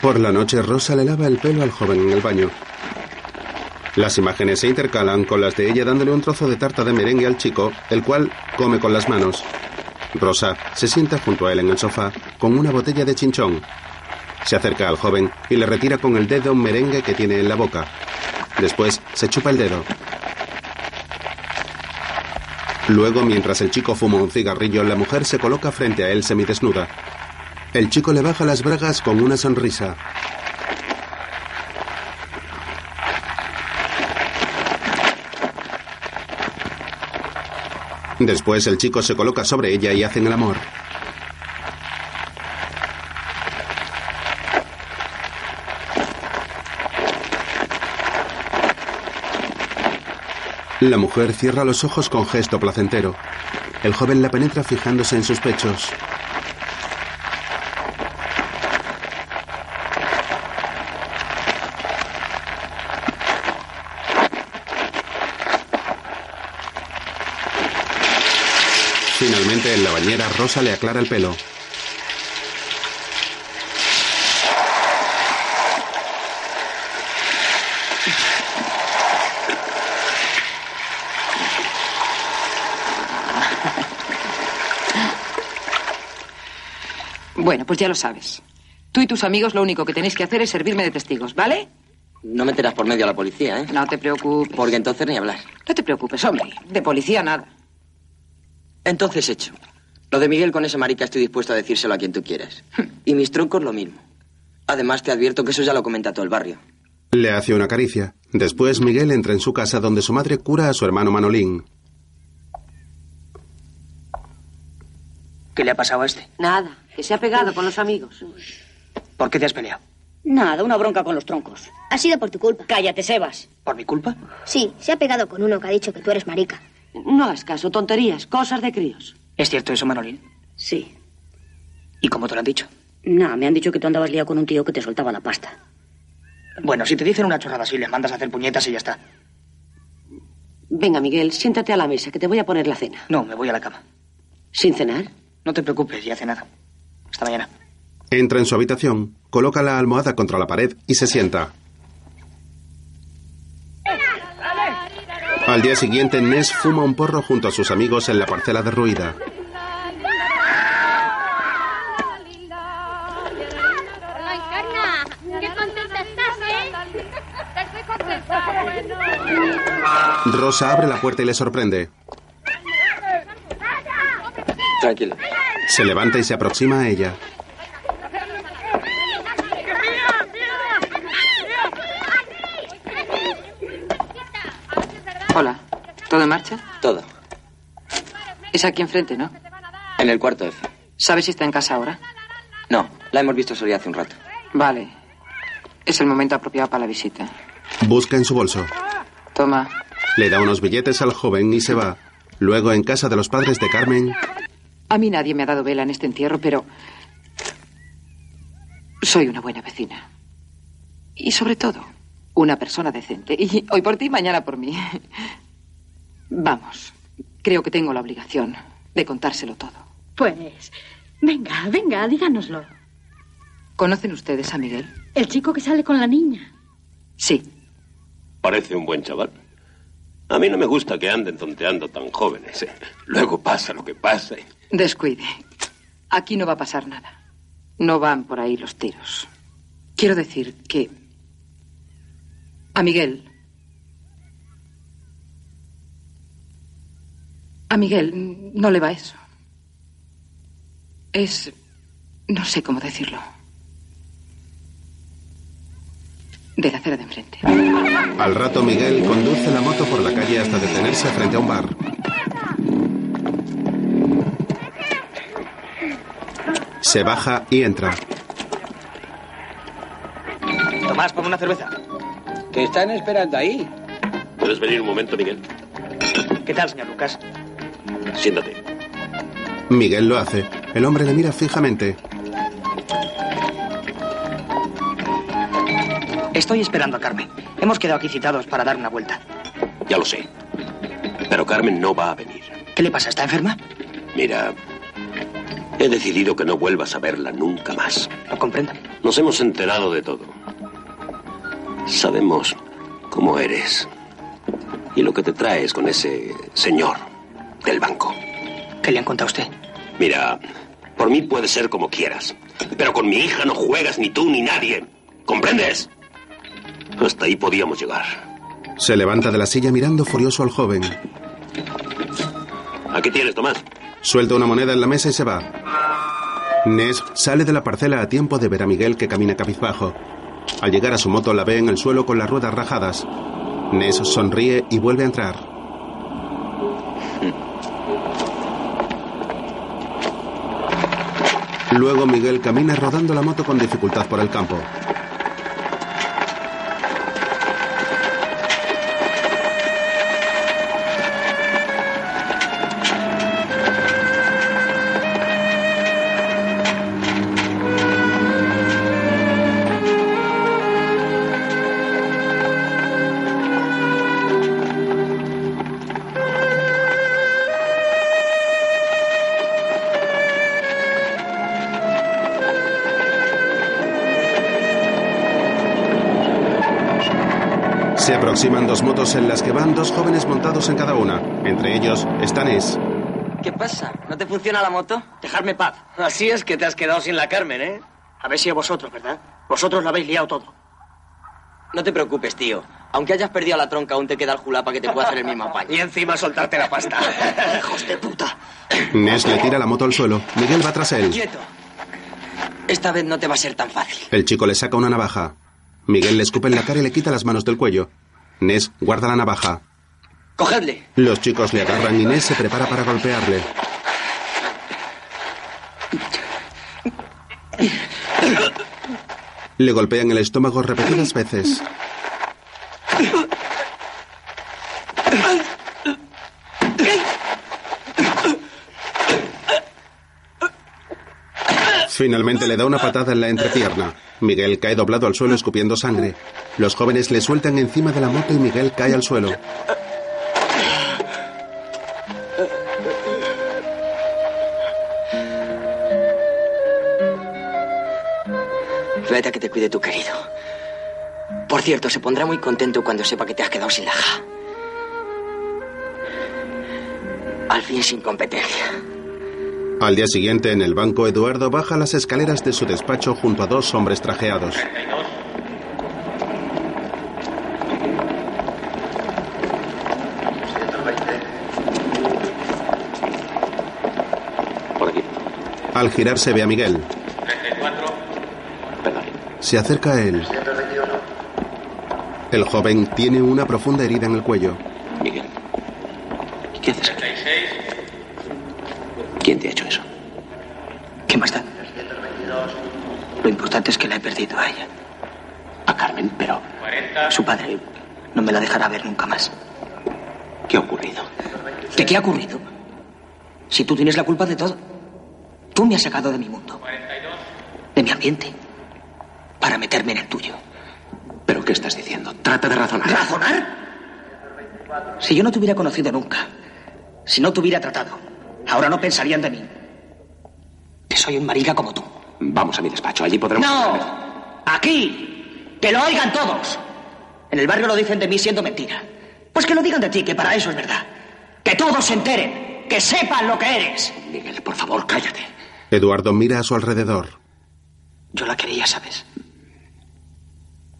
Por la noche, Rosa le lava el pelo al joven en el baño. Las imágenes se intercalan con las de ella dándole un trozo de tarta de merengue al chico, el cual come con las manos. Rosa se sienta junto a él en el sofá con una botella de chinchón. Se acerca al joven y le retira con el dedo un merengue que tiene en la boca. Después se chupa el dedo. Luego, mientras el chico fuma un cigarrillo, la mujer se coloca frente a él semidesnuda. El chico le baja las bragas con una sonrisa. Después el chico se coloca sobre ella y hacen el amor. La mujer cierra los ojos con gesto placentero. El joven la penetra fijándose en sus pechos. Finalmente, en la bañera, Rosa le aclara el pelo.
Bueno, pues ya lo sabes. Tú y tus amigos lo único que tenéis que hacer es servirme de testigos, ¿vale?
No meterás por medio a la policía, ¿eh?
No te preocupes.
Porque entonces ni hablar.
No te preocupes, hombre. De policía nada.
Entonces hecho. Lo de Miguel con ese marica estoy dispuesto a decírselo a quien tú quieras.
Hmm.
Y mis troncos lo mismo. Además te advierto que eso ya lo comenta todo el barrio.
Le hace una caricia. Después, Miguel entra en su casa donde su madre cura a su hermano Manolín.
¿Qué le ha pasado a este?
Nada, que se ha pegado con los amigos.
¿Por qué te has peleado?
Nada, una bronca con los troncos. Ha sido por tu culpa. Cállate, Sebas.
¿Por mi culpa?
Sí, se ha pegado con uno que ha dicho que tú eres marica.
No hagas caso, tonterías, cosas de críos.
¿Es cierto eso, Manolín?
Sí.
¿Y cómo te lo han dicho?
No, me han dicho que tú andabas liado con un tío que te soltaba la pasta.
Bueno, si te dicen una chorrada así, les mandas a hacer puñetas y ya está.
Venga, Miguel, siéntate a la mesa, que te voy a poner la cena.
No, me voy a la cama.
¿Sin cenar?
No te preocupes, ya he cenado. Hasta mañana.
Entra en su habitación, coloca la almohada contra la pared y se sienta. Al día siguiente, Ness fuma un porro junto a sus amigos en la parcela derruida.
Hola, Encarna. Qué contenta estás, ¿eh? Estoy contenta.
Rosa abre la puerta y le sorprende.
Tranquila.
Se levanta y se aproxima a ella.
Hola, ¿todo en marcha?
Todo.
Es aquí enfrente, ¿no?
En el cuarto F.
¿Sabes si está en casa ahora?
No, la hemos visto salir hace un rato.
Vale. Es el momento apropiado para la visita.
Busca en su bolso.
Toma.
Le da unos billetes al joven y se va. Luego, en casa de los padres de Carmen,
A mí nadie me ha dado vela en este entierro, pero soy una buena vecina. Y sobre todo, una persona decente. Y hoy por ti, mañana por mí. Vamos, creo que tengo la obligación de contárselo todo.
Pues, venga, venga, díganoslo.
¿Conocen ustedes a Miguel?
El chico que sale con la niña.
Sí.
Parece un buen chaval. A mí no me gusta que anden tonteando tan jóvenes. eh. Luego pasa lo que pasa. y-
Descuide. Aquí no va a pasar nada. No van por ahí los tiros. Quiero decir que... A Miguel. A Miguel no le va eso. Es... No sé cómo decirlo. De la acera de enfrente.
Al rato Miguel conduce la moto por la calle hasta detenerse frente a un bar. Se baja y entra.
Tomás, ponme una cerveza. Te están esperando ahí.
¿Puedes venir un momento, Miguel?
¿Qué tal, señor Lucas?
Siéntate.
Miguel lo hace. El hombre le mira fijamente.
Estoy esperando a Carmen. Hemos quedado aquí citados para dar una vuelta.
Ya lo sé. Pero Carmen no va a venir.
¿Qué le pasa? ¿Está enferma?
Mira, he decidido que no vuelvas a verla nunca más.
Lo comprendo.
Nos hemos enterado de todo. Sabemos cómo eres y lo que te traes con ese señor del banco.
¿Qué le han contado a usted?
Mira, por mí puede ser como quieras, pero con mi hija no juegas ni tú ni nadie. ¿Comprendes? Hasta ahí podíamos llegar.
Se levanta de la silla mirando furioso al joven.
Aquí tienes, Tomás.
Suelta una moneda en la mesa y se va. Ness sale de la parcela a tiempo de ver a Miguel que camina cabizbajo. Al llegar a su moto la ve en el suelo con las ruedas rajadas. Ness sonríe y vuelve a entrar. Luego Miguel camina rodando la moto con dificultad por el campo. Se aproximan dos motos en las que van dos jóvenes montados en cada una. Entre ellos está Ness.
¿Qué pasa? ¿No te funciona la moto?
Dejarme paz.
Así es que te has quedado sin la Carmen, ¿eh?
A ver si a vosotros, ¿verdad? Vosotros lo habéis liado todo.
No te preocupes, tío. Aunque hayas perdido la tronca, aún te queda el julapa que te puede hacer el mismo apaño. Y encima soltarte la pasta. ¡Hijos de puta!
Ness le tira la moto al suelo. Miguel va tras él.
Quieto. Esta vez no te va a ser tan fácil.
El chico le saca una navaja. Miguel le escupe en la cara y le quita las manos del cuello. Ness guarda la navaja.
¡Cogedle!
Los chicos le agarran y Ness se prepara para golpearle. Le golpean el estómago repetidas veces. Finalmente le da una patada en la entrepierna. Miguel cae doblado al suelo escupiendo sangre. Los jóvenes le sueltan encima de la moto y Miguel cae al suelo.
Vete a que te cuide tu querido. Por cierto, se pondrá muy contento cuando sepa que te has quedado sin laja. Al fin sin competencia.
Al día siguiente, en el banco, Eduardo baja las escaleras de su despacho junto a dos hombres trajeados.
Por aquí.
Al girarse ve a Miguel. Se acerca a él. El joven tiene una profunda herida en el cuello.
Miguel. ¿Qué haces aquí? ¿Quién te ha hecho eso?
¿Qué más da? Lo importante es que la he perdido a ella.
A Carmen, pero
su padre no me la dejará ver nunca más.
¿qué ha ocurrido?
¿De qué ha ocurrido? Si tú tienes la culpa de todo. Tú me has sacado de mi mundo. De mi ambiente. Para meterme en el tuyo.
¿Pero qué estás diciendo? Trata de razonar.
¿Razonar? Si yo no te hubiera conocido nunca, si no te hubiera tratado, ahora no pensarían de mí. Que soy un marica como tú.
Vamos a mi despacho, allí podremos...
¡No! ¡Aquí! ¡Que lo oigan todos! En el barrio lo dicen de mí siendo mentira. Pues que lo digan de ti, que para eso es verdad. Que todos se enteren, que sepan lo que eres.
Miguel, por favor, cállate.
Eduardo mira a su alrededor.
Yo la quería, ¿sabes?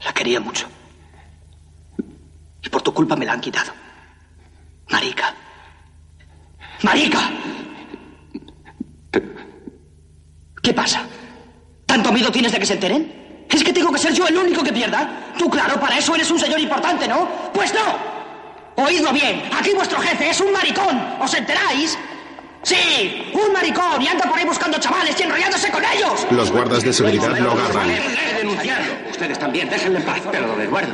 La quería mucho. Y por tu culpa me la han quitado. Marica. ¡Marica! ¿Qué pasa? ¿Tanto miedo tienes de que se enteren? ¿Es que tengo que ser yo el único que pierda? Tú, claro, para eso eres un señor importante, ¿no? ¡Pues no! Oídlo bien, aquí vuestro jefe es un maricón, ¿os enteráis? ¡Sí! ¡Un maricón! Y anda por ahí buscando chavales y enrollándose con ellos.
Los guardas de seguridad lo agarran.
He denunciado. Ustedes también, déjenle en paz. Pero don Eduardo.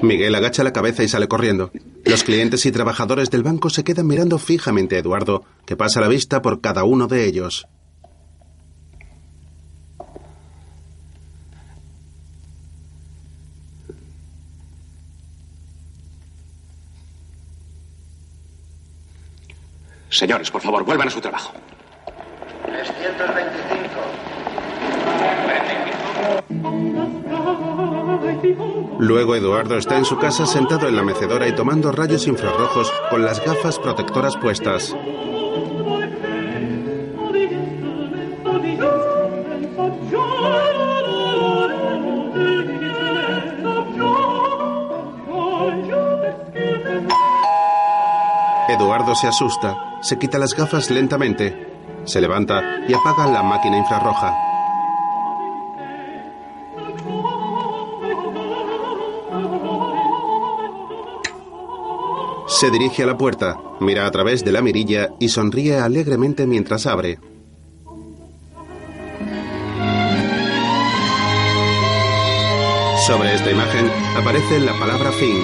Miguel agacha la cabeza y sale corriendo. Los clientes y trabajadores del banco se quedan mirando fijamente a Eduardo, que pasa la vista por cada uno de ellos.
Señores, por favor, vuelvan a su trabajo.
325.
Luego Eduardo está en su casa sentado en la mecedora y tomando rayos infrarrojos con las gafas protectoras puestas. Eduardo se asusta, se quita las gafas lentamente, se levanta y apaga la máquina infrarroja. Se dirige a la puerta, mira a través de la mirilla y sonríe alegremente mientras abre. Sobre esta imagen aparece la palabra fin.